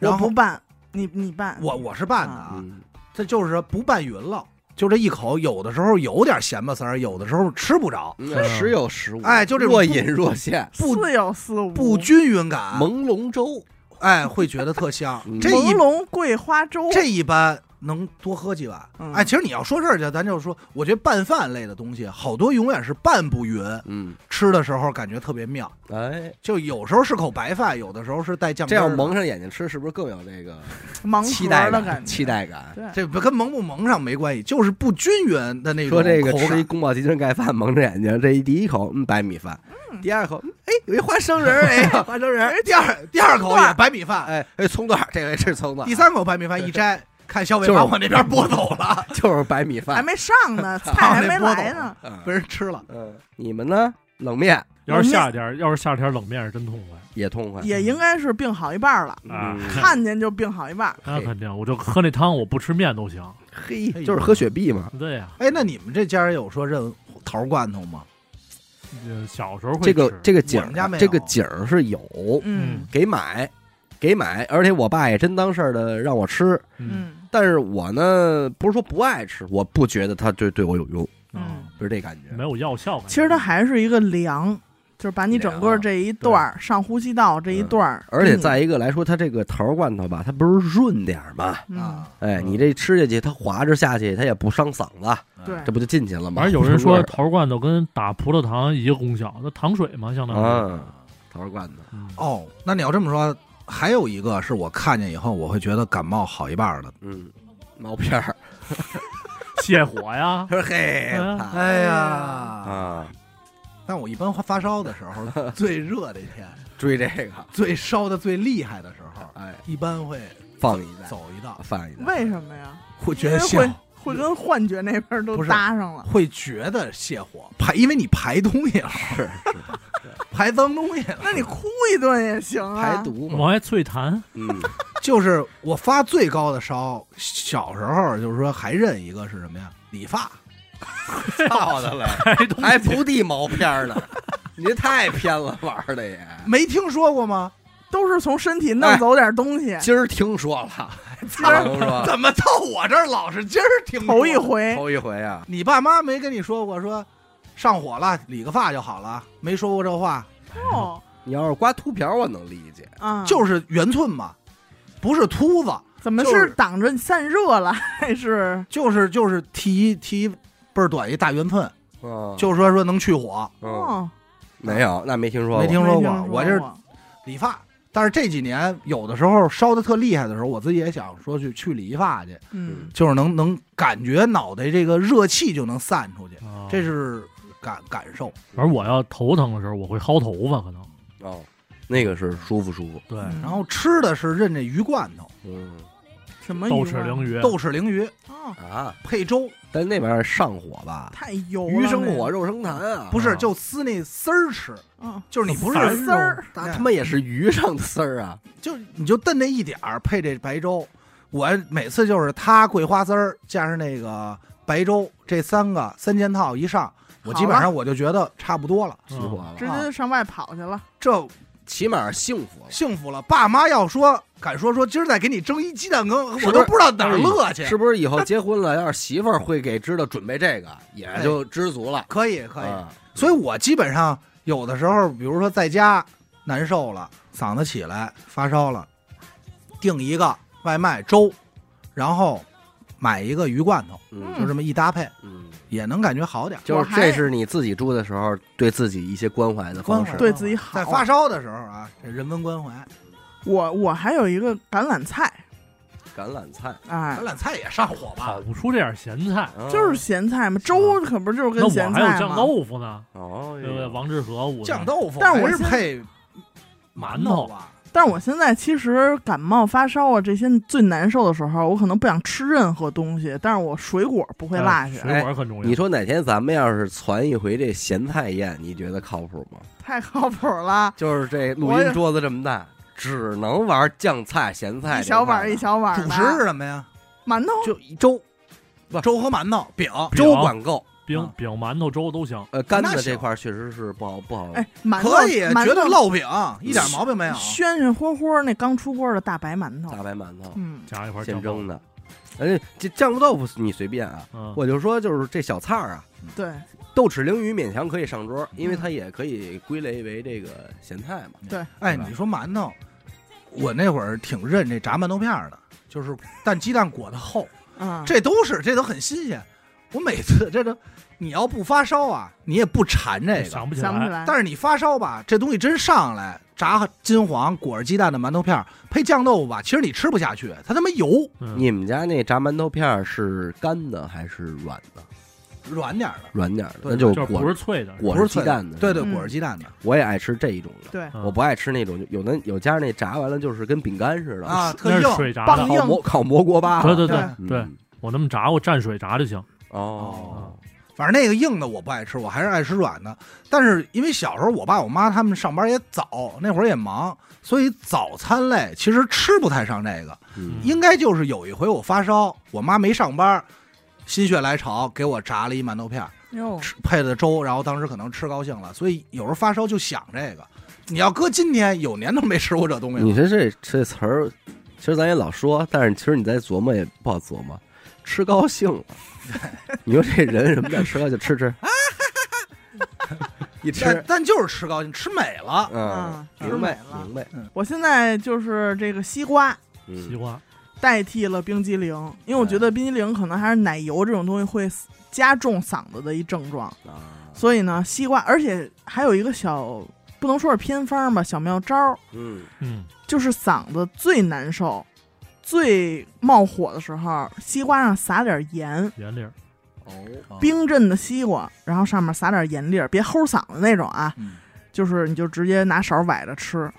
C: 我
B: 然
C: 不
B: 后
C: 拌，你你拌，
B: 我我是拌的啊，
A: 嗯
B: 这就是不拌匀了，就这一口，有的时候有点咸巴丝儿，有的时候吃不着，
A: 嗯时有时无，
B: 哎就这种
A: 若
B: 不
A: 隐若现，啊
B: 不
C: 似有似无，
B: 不均匀感，
A: 朦胧粥，
B: [laughs] 哎，会觉得特香
A: 嗯。
B: 这一
C: 朦胧桂花粥，
B: 这一般能多喝几碗。
C: 嗯
B: 哎，其实你要说这儿去，咱就说，我觉得拌饭类的东西好多永远是拌不匀，
A: 嗯，
B: 吃的时候感觉特别妙。
A: 哎，
B: 就有时候是口白饭，有的时候是带酱
A: 这
B: 汁儿
A: 样
B: 的
A: 蒙上眼睛吃，是不是更有这个
C: 盲
A: 期
C: 盒
A: 待
C: 的
A: 感？
C: 觉，
A: 期待感。
C: 对，
B: 这不跟蒙不蒙上没关系，就是不均匀的那种
A: 说这个
B: 口
A: 吃一
B: 感。
A: 宫保鸡丁盖饭，蒙着眼睛，这一第一口嗯白米饭，第二口嗯哎有一花生仁儿，
B: [laughs]
A: 哎花生仁儿，
B: 第二第二口也白米饭，
A: 哎哎葱段儿，这回是葱段儿，
B: 第三口白米饭一摘，看小伟
A: 就是
B: 把我那边拨走了，
A: 就是白米
C: 还
A: 饭。
C: 没上呢，菜还没来呢，
A: 嗯
B: [laughs] 被人吃了。
A: 嗯，你们呢？冷面
D: 要是夏天，要是夏天冷面是真痛快，
A: 也痛快，
C: 也应该是病好一半了，
D: 啊
A: 嗯
C: 看见就病好一半。
D: 那
A: 嘿
D: 肯定，我就喝那汤，我不吃面都行。
A: 嘿
B: 哎，呦
A: 就是喝雪碧嘛。
D: 对呀，
B: 哎，那你们这家有说认桃罐头吗？
D: 呃小时候会
A: 这个
D: 吃
A: 这个景
B: 我们家
A: 儿
B: 没，有
A: 这个景儿是有
C: 嗯
A: 给买，给买，而且我爸也真当事儿的让我吃，
D: 嗯
C: 嗯
A: 但是我呢不是说不爱吃，我不觉得它对对我有用，
C: 嗯
B: 哦
D: 啊，
A: 就是这感觉。
D: 没有药效感觉。
C: 其实它还是一个凉，就是把
B: 啊
C: 你整个
A: 凉
C: 这一段儿上呼吸道这一
B: 嗯
C: 段儿，
A: 而且再一个来说，它这个桃罐头吧，它不是润点儿嘛？
C: 嗯
B: 啊，
A: 哎，
D: 嗯
A: 你这吃下去，它滑着下去，它也不伤嗓子，
B: 嗯
C: 对
A: 这不就进去了吗？
D: 反正有人说
A: 是
D: 桃罐头跟打葡萄糖一个功效，那糖水嘛，相
A: 不
D: 当
A: 是
D: 于。
A: 啊，桃罐头，
D: 嗯
B: 哦，那你要这么说，还有一个是我看见以后，我会觉得感冒好一半儿的。
A: 嗯，毛片
B: [laughs]
A: 儿，，
D: 泻火
A: [laughs]
D: 呀
A: 说嘿
D: 嗯
A: 怕
B: 哎
C: 呀
A: 啊，
B: [laughs] 但我一般发烧的时候，最热的一天，
A: 追这个，
B: 最烧的最厉害的时候，
A: 哎，
B: 一般会
A: 放一代，
B: 走一道，
A: 放一代，
C: 嗯为什么呀？
B: 会
C: 因
B: 觉
C: 为
B: 得
C: 会
B: 泄火，
C: 会跟幻觉那边都
B: 不是
C: 搭上了。
B: 会觉得泄火排，因为你排东西了，
A: 是
B: [laughs] 排脏东西了。
C: 那你哭一顿也行啊，
A: 排毒
D: 我
A: 嘛，
D: 还脆弹，
A: 嗯，
B: 就是我发最高的烧，小时候就是说还认一个是什么呀？理发，
A: 操的
B: [laughs]
A: 嘞，
D: 还东
A: 还不地毛片儿呢，你这太偏了，玩儿的也。
B: [laughs] 没听说
A: [laughs]
B: 过吗？
C: 都是从身体
B: 哎
C: 弄走点东西，
A: 今儿听说了，
B: 今儿
A: 听说
B: [laughs] 怎么到我这儿老是今儿听说
C: 头一？回
A: 头一回啊，
B: 你爸妈没跟你说过说上火了理个发就好了，没说过这话，
C: 哦
A: 你要是刮秃瓢，我能理解，
C: 啊，
B: 就是圆寸嘛，不是秃子，
C: 怎么
B: 就是是
C: 挡着你散热了，还是
B: 就是就是剃一剃一倍儿短一大圆寸，
A: 嗯，
B: 就是说说能去火，
A: 嗯，
C: 哦，
A: 没有，那没听说过，
B: 没听
C: 没
B: 说
C: 听
B: 过
C: 说，
B: 我这理发。但是这几年有的时候烧的特厉害的时候，我自己也想说去去理发去，
C: 嗯，
B: 就是能能感觉脑袋这个热气就能散出去，
A: 哦
D: 啊
B: 这是感感受。
D: 反正我要头疼的时候，我会薅头发，可能
A: 哦，那个是舒服舒服，
D: 对，
C: 嗯
B: 然后吃的是认这鱼罐头，
A: 嗯
C: 什么
D: 豆
C: 鱼
D: 豉
C: 啊
D: 鲮鱼，
B: 豆豉鲮鱼
C: 哦，
A: 啊，
B: 配粥，
A: 但那玩意儿上火吧，
C: 太油了，
A: 鱼生
C: 那
A: 火，
C: 个，
A: 肉生痰啊，
B: 不是
D: 啊
B: 就撕那丝儿吃，
C: 嗯，
B: 就是你不是
C: 丝儿
B: 那
A: 那
B: 种
A: 他妈也是鱼上的丝儿啊，
B: 就你就炖那一点儿配这白粥。我每次就是它桂花丝儿加上那个白粥这三个三件套一上，我基本上我就觉得差不多了，
D: 嗯
A: 起火了，
C: 直接就上外跑去了，
B: 这
A: 起码幸福了。
B: 幸福了。爸妈要说敢说说今儿再给你蒸一鸡蛋羹，
A: 是
B: 我都不知道哪儿乐去。
A: 是不是以后结婚了，要是媳妇儿会给知道准备这个，也
C: 哎
A: 就知足了。
B: 可以可以，
A: 啊
B: 所以我基本上有的时候，比如说在家难受了，嗓子起来发烧了，订一个外卖粥，然后买一个鱼罐头，就
A: 嗯
B: 这么一搭配，
A: 嗯，
B: 也能感觉好点儿。
A: 就
C: 我
A: 是
C: 还
A: 这是你自己住的时候对自己一些关怀的方
B: 关
A: 式哎
B: 怀。
C: 对自己好。
B: 在发烧的时候啊，这人文关怀，
C: 我我还有一个橄榄菜，
A: 橄榄菜，啊
C: 哎
B: 橄，榄菜也上火吧
D: 跑？不出这点咸菜。
C: 就是咸菜嘛，粥可不是就是
D: 那
C: 跟
D: 我
C: 咸
D: 还有
C: 菜
D: 酱
C: 吗？
D: 豆腐呢，
A: 哦，
D: 对不对？王致和我
B: 酱豆腐，
C: 但是我
B: 还是
C: 现在
B: 配馒头啊吧。
C: 但是我现在其实感冒发烧啊这些最难受的时候，我可能不想吃任何东西，但是我水果不会
D: 哎
C: 落下，
D: 水果很重
A: 你
D: 要。
A: 说哪天咱们要是传一回这咸菜宴，你觉得靠谱吗？
C: 太靠谱了，
A: 就是这录
C: 我也
A: 音桌子这么大，只能玩酱菜、咸菜，
C: 一小碗儿一，小碗儿
B: 主
C: 的，
B: 食是什么呀？
C: 馒头
A: 就一粥，
B: 粥和馒头、饼。
A: 粥管够。
D: 饼
B: 啊、
D: 饼、馒头、粥都行。
A: 呃，干
B: 那
A: 的
B: 行
A: 这块儿确实是不好，不好。
C: 哎，馒头
B: 可以，
C: 馒
B: 绝对
C: 头
B: 烙饼，一点毛病没有。
C: 暄暄乎乎那刚出锅的大白馒头
A: 大，白馒头
C: 嗯，
D: 加一块
A: 现
D: 酱豆
A: 蒸
D: 腐，
A: 的，哎，这酱豆腐你随便啊，
D: 嗯，
A: 我就说就是这小菜儿啊，
C: 对
A: 豆豉鲮鱼勉强可以上桌，因为它也可以归类为这个咸菜嘛。
C: 对，
B: 哎，你说馒头，我那会儿挺认这炸馒头片儿的，就是但鸡蛋裹的厚，
D: 啊
C: 嗯，
B: 这都是这都很新鲜。我每次这都，你要不发烧啊，你也不馋这个。
D: 想不起
C: 想不起
D: 来。
C: 来，
B: 但是你发烧吧，这东西真上来，炸金黄裹着鸡蛋的馒头片儿配酱豆腐吧，其实你吃不下去，它他妈油，
D: 嗯
A: 你们家那炸馒头片儿是干的还是软的？
B: 软点儿的，
A: 软点儿的，
B: 对
A: 那就
D: 就是
A: 裹
D: 不是脆的，
A: 裹
B: 不
A: 着
B: 是
A: 鸡
B: 脆
A: 蛋的。
B: 对对，
C: 嗯
B: 裹着鸡蛋的
A: 我也爱吃这一种的，
C: 对，
D: 嗯
A: 我不爱吃那种有那有家那炸完了就是跟饼干嗯似的哦
B: 啊，，特
D: 那
B: 硬
D: 是。水炸
C: 棒
D: 的。
A: 烤
C: 硬
A: 馍烤馍锅巴。
D: 对对
B: 对
D: 对对，
A: 嗯
D: 我那么炸过蘸水炸就行。啊
A: 哦，
B: 反正那个硬的我不爱吃，我还是爱吃软的。但是因为小时候我爸我妈他们上班也早，那会儿也忙，所以早餐类其实吃不太上这个。
A: 嗯
D: 嗯
B: 应该就是有一回我发烧，我妈没上班，心血来潮给我炸了一馒头片儿，
C: 哟，
B: 吃配的粥，然后当时可能吃高兴了，所以有时候发烧就想这个。你要搁今天，有年都没吃过这东西
A: 你
B: 了。
A: 说这这词儿，其实咱也老说，但是其实你再琢磨也不好琢磨，吃高兴了。你说这人什么的，吃高兴吃吃，一
B: 但
A: 吃，
B: 但就是吃高兴，吃美了。
A: 嗯，
C: 嗯
A: 明白
C: 吃美了
A: 明白，
C: 我现在就是这个西瓜
D: 西
A: 嗯，
D: 瓜
C: 代替了冰激凌，因为我觉得冰激凌可能还是奶油这种东西会加重嗓子的一症状，
A: 啊，
C: 所以呢，西瓜，而且还有一个小不能说是偏方吧，小妙招儿，
A: 嗯，
D: 嗯，
C: 就是嗓子最难受、最冒火的时候，西瓜上撒点盐，
D: 圆粒儿，
A: 哦，
B: 哦，
C: 冰镇的西瓜，然后上面撒点盐粒儿，别齁嗓子那种啊。
B: 嗯
C: 就是你就直接拿勺崴着吃，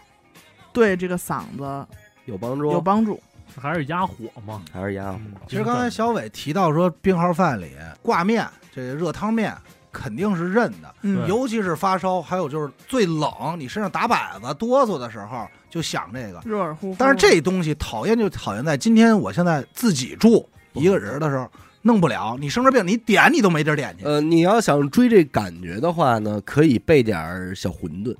C: 对这个嗓子
A: 有帮助，
C: 有帮助。
D: 还是压火嘛。
A: 还是鸭
D: 嗯
B: 其实刚才小伟提到说，病号饭里挂面这热汤面肯定是认的，
C: 嗯
D: 对，
B: 尤其是发烧，还有就是最冷，你身上打摆子、哆嗦的时候，就想这个。
C: 热乎乎。
B: 但是这东西讨厌就讨厌在今天，我现在自己住一个人的时候弄不了，你生着病你点你都没地儿点去。
A: 呃，你要想追这感觉的话呢，可以备点儿小馄饨。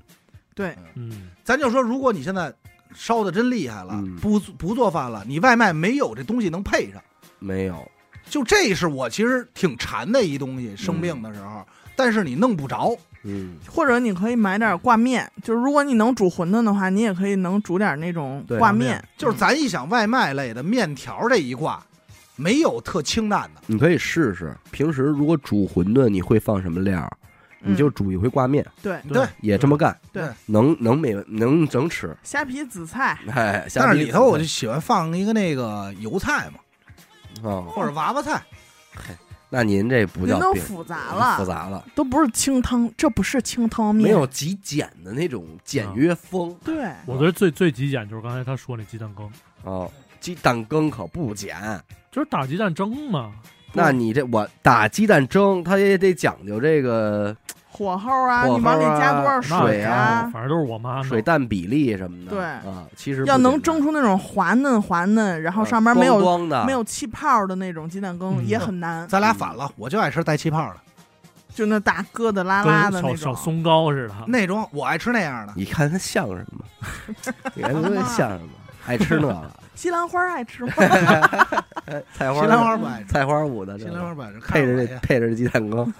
C: 对
D: 嗯，
B: 咱就说，如果你现在烧的真厉害了
A: 嗯，
B: 不不做饭了，你外卖没有这东西能配上。
A: 没有，
B: 就这是我其实挺馋的一东西，生病的时候，但是你弄不着，
A: 嗯，
C: 或者你可以买点挂面，就是如果你能煮馄饨的话，你也可以能煮点那种
A: 对
C: 挂
D: 面
C: 面，
B: 就是咱一想外卖类的面条这一挂，没有特清淡的。
A: 你可以试试。平时如果煮馄饨，你会放什么料儿？
C: 嗯
A: 你就煮一回挂面，
C: 对
B: 对
A: 也这么干，
C: 对，
B: 嗯
A: 能能没能能吃。
C: 虾皮紫菜，
A: 哎，
B: 但是里头我
A: 就
B: 就喜欢放一个那个油菜嘛，
A: 哦，
B: 或者娃娃菜，
A: 那您这不
C: 您
A: 叫
C: 都
A: 病，
C: 复杂了，
A: 复杂了，
C: 都不是清汤，这不是清汤面，
A: 没有极简的那种简约风
C: 对，
D: 我觉得最最极简就是刚才他说那鸡蛋羹，
A: 哦。鸡蛋羹可不简，
D: 就是打鸡蛋蒸嘛。
A: 那你这我打鸡蛋蒸，它也得讲究这个
C: 火候啊，
A: 火候啊
C: 你往里加多少
D: 那
C: 水
D: 家伙
C: 啊？
D: 反正都是我妈弄
A: 水蛋比例什么的。
C: 对
A: 啊，其实
C: 要
A: 不简单
C: 能
A: 啊呃
C: 蒸出那种滑嫩滑嫩，然后上面没有、
A: 光光的，
C: 没有气泡的那种鸡蛋羹、
D: 嗯
C: 也很难，
B: 咱俩反了，我就爱吃带气泡的
C: 就那大疙瘩拉拉的
D: 跟
C: 那
D: 小小
C: 种。
D: 松糕似的。
B: 那种，我爱吃那样的。
A: 嗯你看它像什
C: [laughs]
A: 么？你看它像什么？爱吃那个
C: 西兰花爱吃吗？
A: 菜花，
B: 西兰花不爱吃，
A: 菜花舞的，
B: 西兰花不爱吃，
A: 配着这
B: 看着恶心
A: 配着这鸡蛋羹，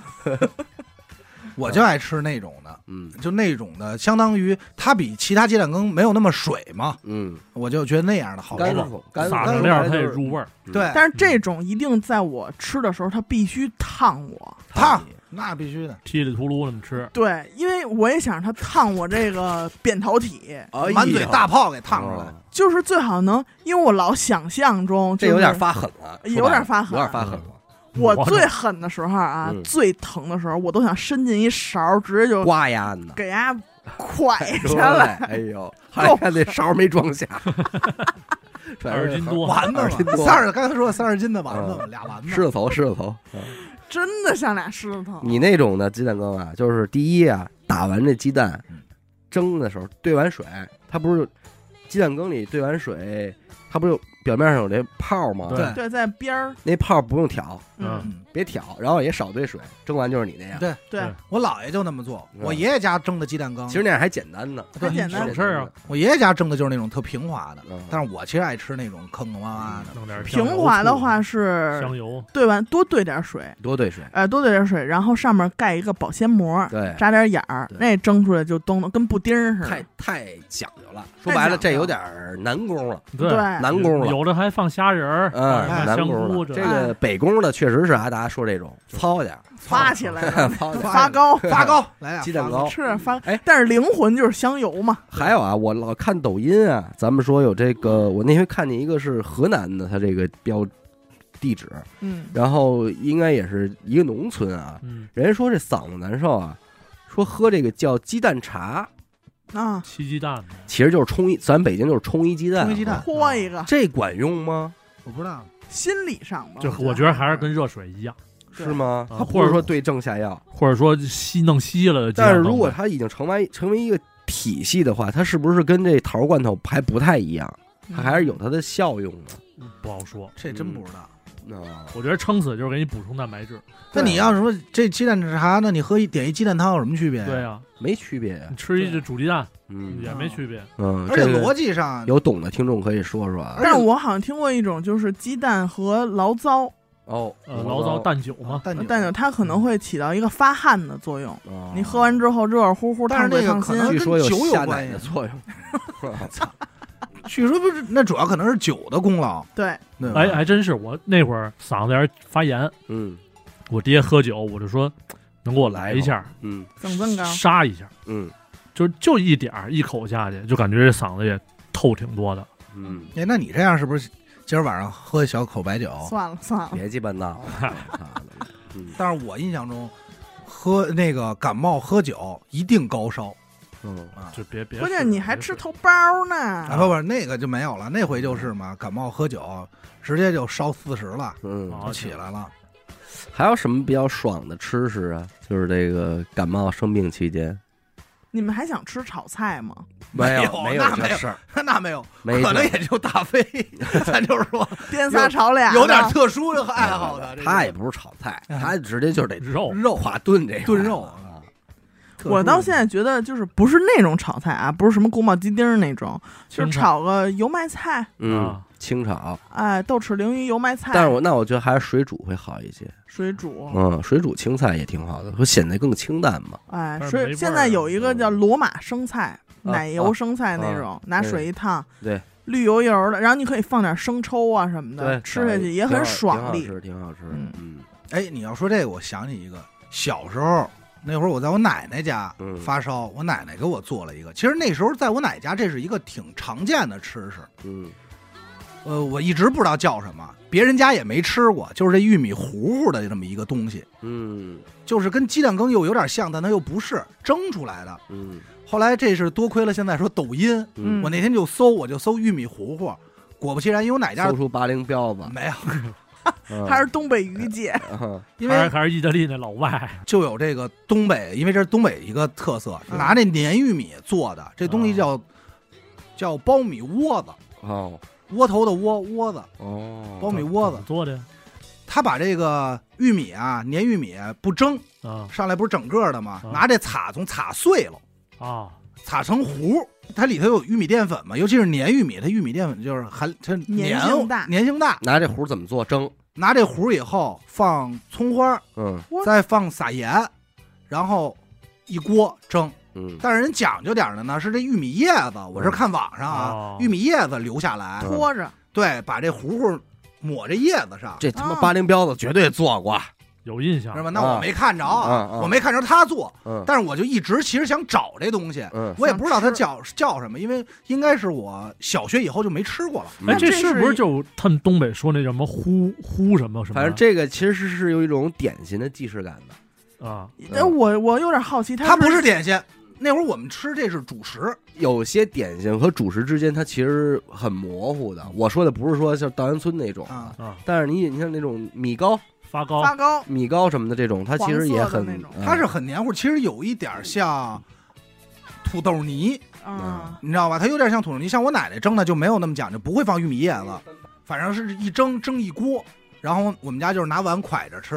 B: 我就爱吃那种的，
A: 嗯
B: 就那种的，相当于它比其他鸡蛋羹没有那么水嘛，
A: 嗯，
B: 我就觉得那样的好
A: 干
B: 吃。
A: 乎干
D: 撒上
A: 干
D: 料
A: 乎
D: 它也
A: 就是
D: 入味儿，
B: 对，
C: 但是这种一定在我吃的时候，它必须烫我。
B: 烫那必须的。
D: 噼里秃噜那么吃。
C: 对，因为我也想让它烫我这个扁桃体， [laughs]
A: 哎呀
B: 满嘴大泡给烫出来。
A: 哦
C: 就是最好能，因为我老想象中、就
A: 这
C: 是，
A: 有点发狠了，
C: 有
A: 说白了
C: 点发狠
A: 有点发狠了，
C: 我
D: 磨着
C: 最狠的时候啊，
A: 嗯
C: 最疼的时候，我都想伸进一勺儿，直接就
A: 刮牙呢。
C: 给它蒯
A: 说
C: 下
A: [laughs]
C: 来。
A: 哎呦，还看那勺没装下，
D: 二斤多
B: 丸子
A: 二斤
B: 嘛，
A: 多
B: 三十，刚才说三十斤的丸子嘛，俩丸
A: 狮
B: 子。
A: 子头，狮子头。嗯
C: 真的像俩狮子头。
A: 你那种的鸡蛋羹啊，就是第一啊，打完这鸡蛋
B: 嗯
A: 蒸的时候兑完水，它不是鸡蛋羹里兑完水，它不就表面上有这泡吗？
D: 对
C: 对，在边儿，
A: 那泡不用挑，
C: 嗯，
B: 嗯
A: 别挑，然后也少兑水，蒸完就是你那样。
B: 对
C: 对，
B: 我姥爷就那么做，
A: 嗯
B: 我爷爷家蒸的鸡蛋羹，
A: 其实那样还简单呢，
C: 很简单
D: 省。事儿啊，
B: 我爷爷家蒸的就是那种特平滑的，
A: 嗯
B: 但是我其实爱吃那种坑坑洼洼的。
D: 弄点
C: 平
D: 酱油
C: 滑的
D: 醋
C: 话是
D: 香油，
C: 兑完多兑点水，
A: 多兑水，
C: 呃，多兑点水，然后上面盖一个保鲜膜，
A: 对，
C: 扎点眼儿，啊
A: 对
C: 那蒸出来就咚咚，跟布丁儿似
A: 太
C: 的。
A: 太讲究了。说白了，这哎有点儿南宫了，
D: 对
C: 对，
A: 南宫了。
D: 有的还放虾仁儿，
A: 嗯，
B: 哎
D: 放
A: 南
D: 香
A: 宫
D: 菇
A: 了。这
D: 种
A: 个北宫的确实是啊，大家说这种糙点儿，
C: 发起来
B: [laughs]
C: 了，
A: 哎糙点儿。哎 [laughs]
C: 发糕，
B: 发糕来俩
A: 嗯鸡蛋
B: 发
A: 糕
C: 吃点发
A: 哎。
C: 但是灵魂就是香油嘛，
A: 还有啊，我老看抖音啊，咱们说有这个，我那天看见一个是河南的，它这个标地址，
C: 嗯，
A: 然后应该也是一个农村啊，
D: 嗯，
A: 人家说这嗓子难受啊，说喝这个叫鸡蛋茶，
C: 啊，
D: 七鸡蛋的，
A: 其实就是冲一，咱北京就是冲一鸡蛋啊，
B: 冲一鸡蛋
C: 泼一个，
A: 这管用吗？
B: 我不知道，
C: 心理上吧，
D: 就我觉得还是跟热水一样，
C: 对
A: 是吗？
D: 啊
A: 它不
D: 或
A: 是
D: 者
A: 说对症下药，
D: 或者说吸弄稀了的鸡蛋
A: 但是
D: 羹呗。
A: 如果它已经成为成为一个体系的话，它是不是跟这桃罐头还不太一样？
C: 嗯
A: 它还是有它的效用
D: 不好说，
B: 这真不知道。
A: 的啊。
D: 我觉得撑死就是给你补充蛋白质。
B: 嗯那你要是说这鸡蛋茶，那你喝一点一鸡蛋汤有什么区别？
D: 对，啊，
A: 没区别呀
D: 你，吃一只煮鸡蛋
A: 嗯
D: 也没区别。
A: 嗯，
B: 而且
A: 这个
B: 逻辑上
A: 有懂的听众可以说说啊。
B: 而且
C: 但是我好像听过一种，就是鸡蛋和醪糟，
A: 哦，
D: 呃，醪糟蛋酒嘛，
B: 蛋
A: 嗯
C: 蛋酒它可能会起到一个发汗的作
A: 哦
C: 用。你喝完之后热乎乎，
B: 但是
C: 烫胃
B: 那个
C: 烫
B: 可
C: 心。
B: 能
A: 据说有
B: 跟酒有
A: 下
B: 关
A: 奶
B: 系
A: 的作
B: [laughs]
A: 用。
B: 据说不是，那主要可能是酒的功劳。
C: 对，
B: 对吧
D: 哎，还真是。我那会儿嗓子有点发炎，
A: 嗯
D: 我爹喝酒，我就说能给我来一下，
A: 嗯
C: 整增高。
D: 杀一下，
A: 嗯
D: 就就一点儿一口下去，就感觉这嗓子也透挺多的。
B: [laughs]
A: 嗯，
B: 哎，那你这样是不是今儿晚上喝一小口白酒？
C: 算了算了，
A: 别鸡巴闹
B: [laughs]
A: 了。嗯
B: 但是我印象中，喝那个感冒喝酒一定高烧，
A: 嗯
B: 啊。
D: 就别别试。
C: 关键你还吃
D: 别试
C: 头孢呢
B: 啊，，不不，那个就没有了。那回就是嘛，感冒喝酒，直接就烧四十了，
A: 嗯，
D: 啊
B: 就起来了。 [laughs]
A: 还有什么比较爽的吃食啊？就是这个感冒生病期间，
C: 你们还想吃炒菜吗？
A: 没
B: 有
A: 没
B: 那
A: 这
B: 没有
A: 事儿，
B: 那没有，
A: 没
B: 可
A: 事
B: 能
A: 儿
B: 也就
A: [laughs]
B: 大飞，咱就是说
C: 颠仨炒俩的，
B: 有点特殊的爱
A: [laughs]
B: 好的。这
A: 嗯他也
B: 个
A: 不是炒菜，他直接就是得
D: 嗯肉
A: 肉垮炖这一块
B: 炖肉
A: 啊，
B: 特殊的
C: 我到现在觉得就是不是那种炒菜啊，不是什么宫保鸡丁儿那种，就是
D: 清炒
C: 炒个油麦菜，
A: 嗯
D: 啊，
A: 清炒。
C: 哎，豆豉鲮鱼油麦菜，
A: 但是我那我觉得还是水煮会好一些，
C: 水煮，
A: 嗯，水煮青菜也挺好的，会显得更清淡嘛。
C: 哎，
D: 但是没味
C: 水
D: 儿
C: 现在有一个叫罗马生菜，
A: 啊
C: 奶油生菜那种，拿水一烫，
A: 对，
C: 绿油油的，然后你可以放点生抽啊什么的，吃下去也很爽
A: 嗯挺
C: 利
A: 好。吃，挺好吃。嗯
B: 哎，你要说这个，我想起一个小时候那会儿，我在我奶奶家
A: 嗯
B: 发烧，我奶奶给我做了一个。其实那时候在我奶奶家，这是一个挺常见的吃食。
A: 嗯
B: 呃，我一直不知道叫什么，别人家也没吃过，就是这玉米糊糊的这么一个东西，
A: 嗯
B: 就是跟鸡蛋羹又有点像，但它又不是蒸出来的。
A: 嗯
B: 后来这是多亏了现在说抖音，
A: 嗯
B: 我那天就搜，我就搜玉米糊糊，果不其然，因为我奶家
A: 搜出八零标吧，
B: 没有，
A: 嗯
C: 还是东北鱼界，
A: 啊
B: [laughs] 因
D: 还是
B: 为
D: 还是意大利那老外，
B: 就有这个东北，因为这是东北一个特色，
C: 嗯
B: 拿这黏玉米做的，这
A: 嗯
B: 东西叫叫苞米窝子，
A: 哦
B: 窝头的窝窝子，
A: 哦，
B: 苞米窝
D: 怎
B: 子
D: 么。做的呀
B: 他把这个玉米啊，黏玉米不蒸，
D: 啊
B: 上来不是整个的吗？
D: 啊
A: 嗯
B: 拿这擦从擦碎了，
D: 啊，
B: 擦成糊。它里头有玉米淀粉嘛，尤其是黏玉米，它玉米淀粉就是含它黏
C: 粘性大
B: 粘性大。
A: 拿这糊怎么做蒸？
B: 拿这糊以后放葱花，
A: 嗯
C: 哇
B: 再放撒盐，然后一锅蒸。
A: 嗯
B: 但是人讲究点儿的呢，是这玉米叶子，我是看网上啊，
D: 哦
B: 玉米叶子留下来，
A: 嗯
C: 拖着
B: 对，把这糊糊抹这叶子上，
A: 这他妈
C: 啊
A: 八零标子绝对做过，
D: 有印象
B: 是吧？那我没看着
A: 啊啊啊
B: 哦我没看着他做，
A: 嗯
B: 但是我就一直其实想找这东西，
A: 嗯，
B: 我也不知道它叫叫什么，因为应该是我小学以后就没吃过了。
D: 哎，这
C: 这
D: 是
C: 是
D: 不是
C: 一
D: 就他们东北说那什么呼呼什么什么？
A: 反正这个其实是有一种典型的既视感的，
D: 这啊，
C: 但哎我我有点好奇，
B: 它不
C: 是嗯
B: 是点心，那会儿我们吃这是主食，
A: 有些点心和主食之间它其实很模糊的。我说的不是说像稻香村那
C: 哦
A: 种
B: 啊
D: 啊
A: 但是你你像那种米糕、
D: 发糕
C: 发糕，
A: 米糕什么的这种，它其实也很
C: 黄色的那种，
A: 嗯
B: 它是很黏糊，其实有一点儿像土豆泥，
C: 嗯，
B: 你知道吧？它有点像土豆泥，像我奶奶蒸的就没有那么讲究，不会放玉米叶子，反正是一蒸蒸一锅。然后我们家就是拿碗蒯着吃，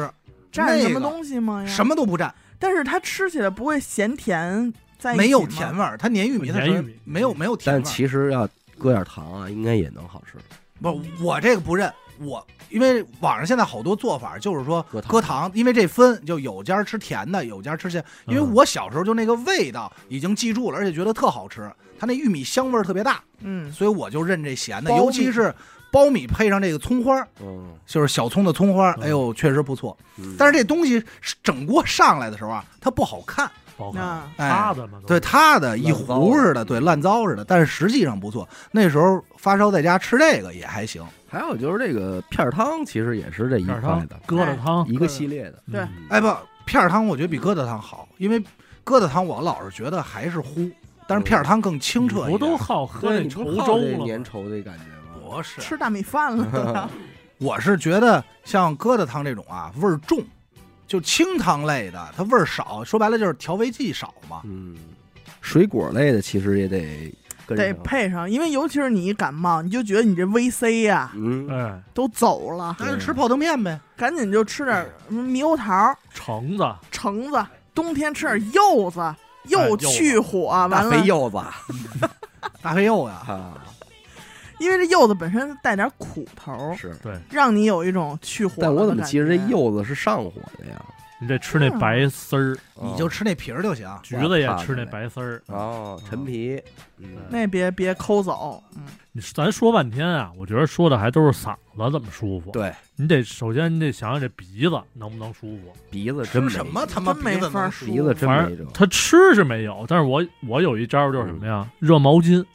C: 蘸什么
B: 嗯那个
C: 东西啊吗？呀
B: 什么都不蘸，
C: 但是它吃起来不会咸甜在一起吗
B: 没有甜味儿。它粘玉米，它
D: 哦粘玉米
B: 是没有没有甜
A: 但
B: 味儿。
A: 其实要搁点糖啊，应该也能好吃。
B: 不，我这个不认。我因为网上现在好多做法，就是说
A: 搁糖
B: 搁糖，因为这分就有家吃甜的，有家吃咸。因为
D: 嗯
B: 我小时候就那个味道已经记住了，而且觉得特好吃，它那玉米香味儿特别大，
C: 嗯，
B: 所以我就认这咸的，
C: 苞
B: 尤其
C: 米
B: 是苞米配上这个葱花儿，
A: 嗯，
B: 就是小葱的葱花，
D: 嗯
B: 哎呦，确实不错。
A: 嗯
B: 但是这东西是整锅上来的时候啊，它不好看，
C: 嗯
D: 包括
C: 那
B: 哎
D: 塌，的嘛，都
B: 对，塌的一糊似的，
A: 烂糟
B: 对，烂糟似的。但是实际上不错，那时候发烧在家吃这个也还行。
A: 还有就是这个片儿汤，其实也是这一
D: 片儿
A: 块
D: 汤
A: 的
D: 疙瘩汤，
A: 一个系列的。
C: 哎对
D: 嗯
B: 哎不，片儿汤我觉得比疙瘩汤好，因为疙瘩汤我老是觉得还是糊，但是片儿汤更清澈
D: 你
B: 一
D: 不都
B: 点。
D: 好喝那
A: 你
D: 稠
A: 不是
D: 粥
A: 好这
D: 了
A: 粘
D: 吗？
A: 稠的感觉吗？
B: [laughs] 不是，
C: 吃大米饭了，
B: 我是觉得像疙瘩汤这种啊，味儿重，就清汤类的，它味儿少，说白了就是调味剂少嘛。
A: 嗯，水果类的其实也得跟
C: 得
A: 上
C: 配上，因为尤其是你一感冒，你就觉得你这 VC 呀、
A: 嗯，
D: 哎，
C: 都走了，
B: 那就吃泡腾片呗。
C: 赶紧就吃点什么猕猴桃、
D: 橙子，
C: 橙子，冬天吃点柚子，又去火，完
A: 大
C: 了
A: 肥，柚子
B: 大肥肉呀，
A: 啊，
C: 因为这柚子本身带点苦头，
A: 是。
D: 对
C: 让你有一种去火。
A: 但我怎么记着这？柚子是上火的呀？啊
D: 你得吃那
C: 嗯
D: 白丝儿，
B: 你就吃那皮儿就行。
D: 橘子也吃那白丝儿。
A: 哦，陈皮，嗯
C: 那别别抠走，嗯，
D: 你咱说半天啊，我觉得说的还都是嗓子怎么舒服。
A: 对，
D: 你得首先你得想想这鼻子能不能舒服。
A: 鼻子真没
B: 吃什
A: 辙
B: 么他妈
C: 真没
B: 鼻子
C: 法
B: 能
C: 说。
A: 鼻子真
D: 反
A: 没
D: 正
A: 辙
D: 他吃是没有，但是我我有一招就是什么呀？热毛巾，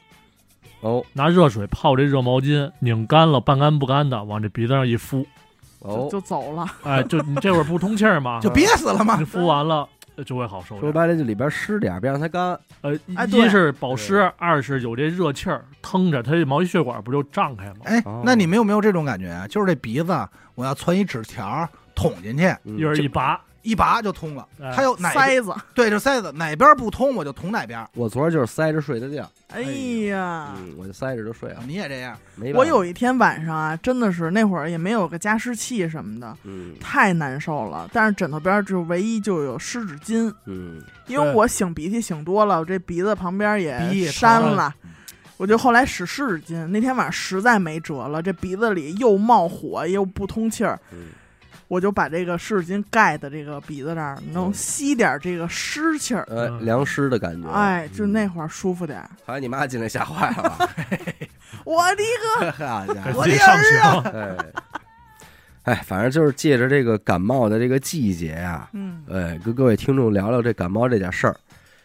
A: 哦
D: 拿热水泡这热毛巾，拧干了，半干不干的，往这鼻子
C: [laughs]
D: 上一敷，
A: 哦
C: 就，走了。
D: 哎，就你这会儿不通气儿
C: [laughs]
D: 嘛，
B: 就憋死了嘛
C: 啊
D: 你。敷完了，呃就会好受
A: 说
D: 点。
A: 白了，就里边湿点儿，别让它干。
D: 呃，
C: 哎
D: 一
C: 对
D: 一是保湿，二是有这热气儿腾着，它这毛细血管不就胀开吗？
B: 哎
A: 哦，
B: 那你们有没有这种感觉啊？就是这鼻子啊，我要存一纸条儿捅进去，
A: 嗯
D: 一人一拔，
B: 一拔就通了。
D: 哎
B: 它有哪边
C: 塞子，
B: 对，就塞子哪边不通我就捅哪边儿。
A: 我昨儿就是塞着睡的觉，
C: 哎
B: 呦
C: 呀。
A: 嗯，我就塞着就睡了，
B: 你也这样，
A: 没办法
C: 我有一天晚上啊，真的是那会儿也没有个加湿器什么的，
A: 嗯
C: 太难受了。但是枕头边儿就唯一就有湿纸巾，
A: 嗯
C: 因为
D: 对
C: 我擤鼻涕擤多了，我这鼻子旁边
B: 鼻
C: 也
B: 也
C: 扇
D: 疼
C: 了，我就后来使湿纸巾。那天晚上实在没辙了，这鼻子里又冒火又不通气儿，
A: 嗯，
C: 我就把这个湿纸巾盖在这个鼻子这儿，能
A: 嗯
C: 吸点儿这个湿气儿。
A: 呃，凉湿的感觉。
C: 嗯哎，就那
A: 嗯，
C: 会儿舒服点儿。
A: 还你妈进来吓坏
C: [laughs]
A: 了，
C: 我的个，
A: 好家
D: 给
A: 伙！
D: 自己上
C: 我的啊
D: 刑。
A: 哎， [laughs] 哎，反正就是借着这个感冒的这个季节啊，
C: 嗯，
A: 哎，跟各位听众聊聊这感冒这点事儿。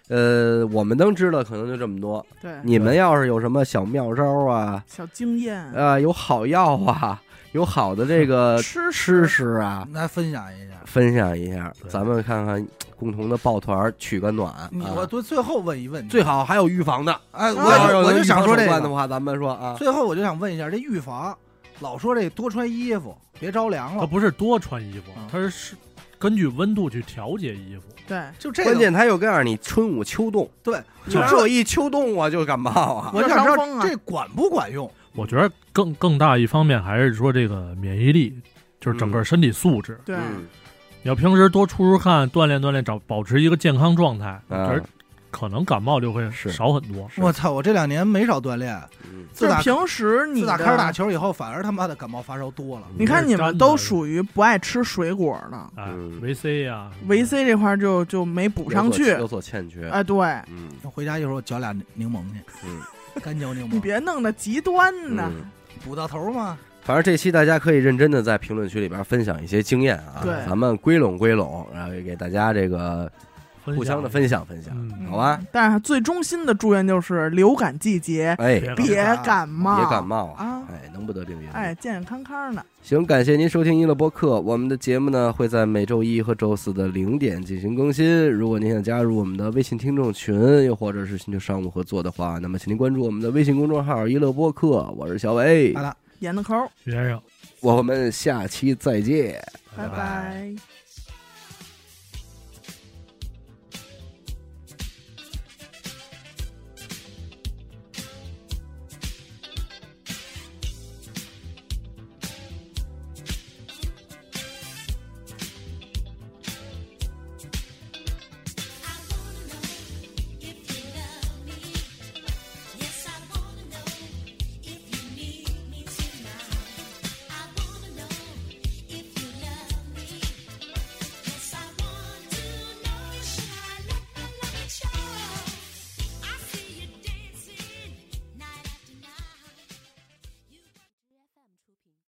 A: 呃，我们能知道可能就这么多。
C: 对，
A: 你们要是有什么小妙招啊，
C: 小经验，
A: 呃，有好药啊，有好的这个
C: 吃
A: 吃
C: 屎
A: 食啊，
B: 来分享一下。
A: 分享一下，
D: 对
A: 咱们看看共同的抱团儿取个暖。
B: 你
A: 啊
B: 我对最后问一问你，
A: 最好还有预防的，
B: 哎，
C: 啊
A: 要
B: 我
A: 是
B: 就
A: 有
B: 我就
A: 预
B: 想
A: 防
B: 说
A: 手
B: 这
A: 段的
B: 个。
A: 话，咱们说啊，
B: 最后我就想问一下，这预防老说这多穿衣服，别着凉
D: 它
A: 哦
B: 了，
D: 不是多穿衣服
B: 啊，
C: 嗯
D: 它是是根据温度去调节衣服。
C: 对，
B: 就这
A: 关
B: 个。
A: 键它又告诉你春捂秋冻，
B: 对，你
A: 就
B: 说
A: 这一秋冻我就感冒啊。
B: 我就想知
C: 热伤风
B: 道
C: 啊
B: 这管不管用？
D: 我觉得更更大一方面还是说这个免疫力，就是整
C: 嗯
D: 个身体素质。
C: 对，啊
A: 嗯
D: 你要平时多出出汗，锻炼锻炼，找保持一个健康状态，我觉
A: 啊
D: 得，可能感冒就会
A: 是
D: 少很多。
B: 我操！我这两年没少锻炼，
A: 嗯
B: 自
C: 就是
B: 打
C: 平时你
B: 自打
C: 的
B: 开始打球以后，反而他妈的感冒发烧多了。
C: 你看你
D: 这是
C: 们
D: 真
C: 都
D: 的
C: 属于不爱吃水果的，
D: 哎
A: 嗯，
D: 维 C 呀，
C: 维 C 这块儿就就没补上去。
A: 有所欠缺。
C: 哎，对，
A: 嗯
B: 回家一会儿我搅俩柠檬去，
A: 嗯
B: 干嚼柠
C: 你
B: 檬，
C: 别弄得极端呢。
A: 嗯，
B: 补到头嘛。
A: 反正这期大家可以认真的在评论区里边分享一些经验啊，
C: 对
A: 咱们归拢归拢，然后也给大家这个
D: 分
A: 互相的
D: 享
A: 分享分享，
D: 嗯
A: 好吧？
C: 但是最衷心的祝愿就是流感季节
A: 哎，
D: 别
A: 别
D: 别
C: 别感冒，
A: 感冒
C: 啊
A: 哎，能不得病也
C: 哎，健健康康的。
A: 行，感谢您收听一乐播客。我们的节目呢会在每周一和周四的零点进行更新。如果您想加入我们的微信听众群，又或者是寻求商务合作的话，那么请您关注我们的微信公众号“一乐播客”。我是小伟
B: 好，了，
C: 严的抠儿，
D: 学生。
A: 我们下期再见。
C: 拜
B: 拜
C: 拜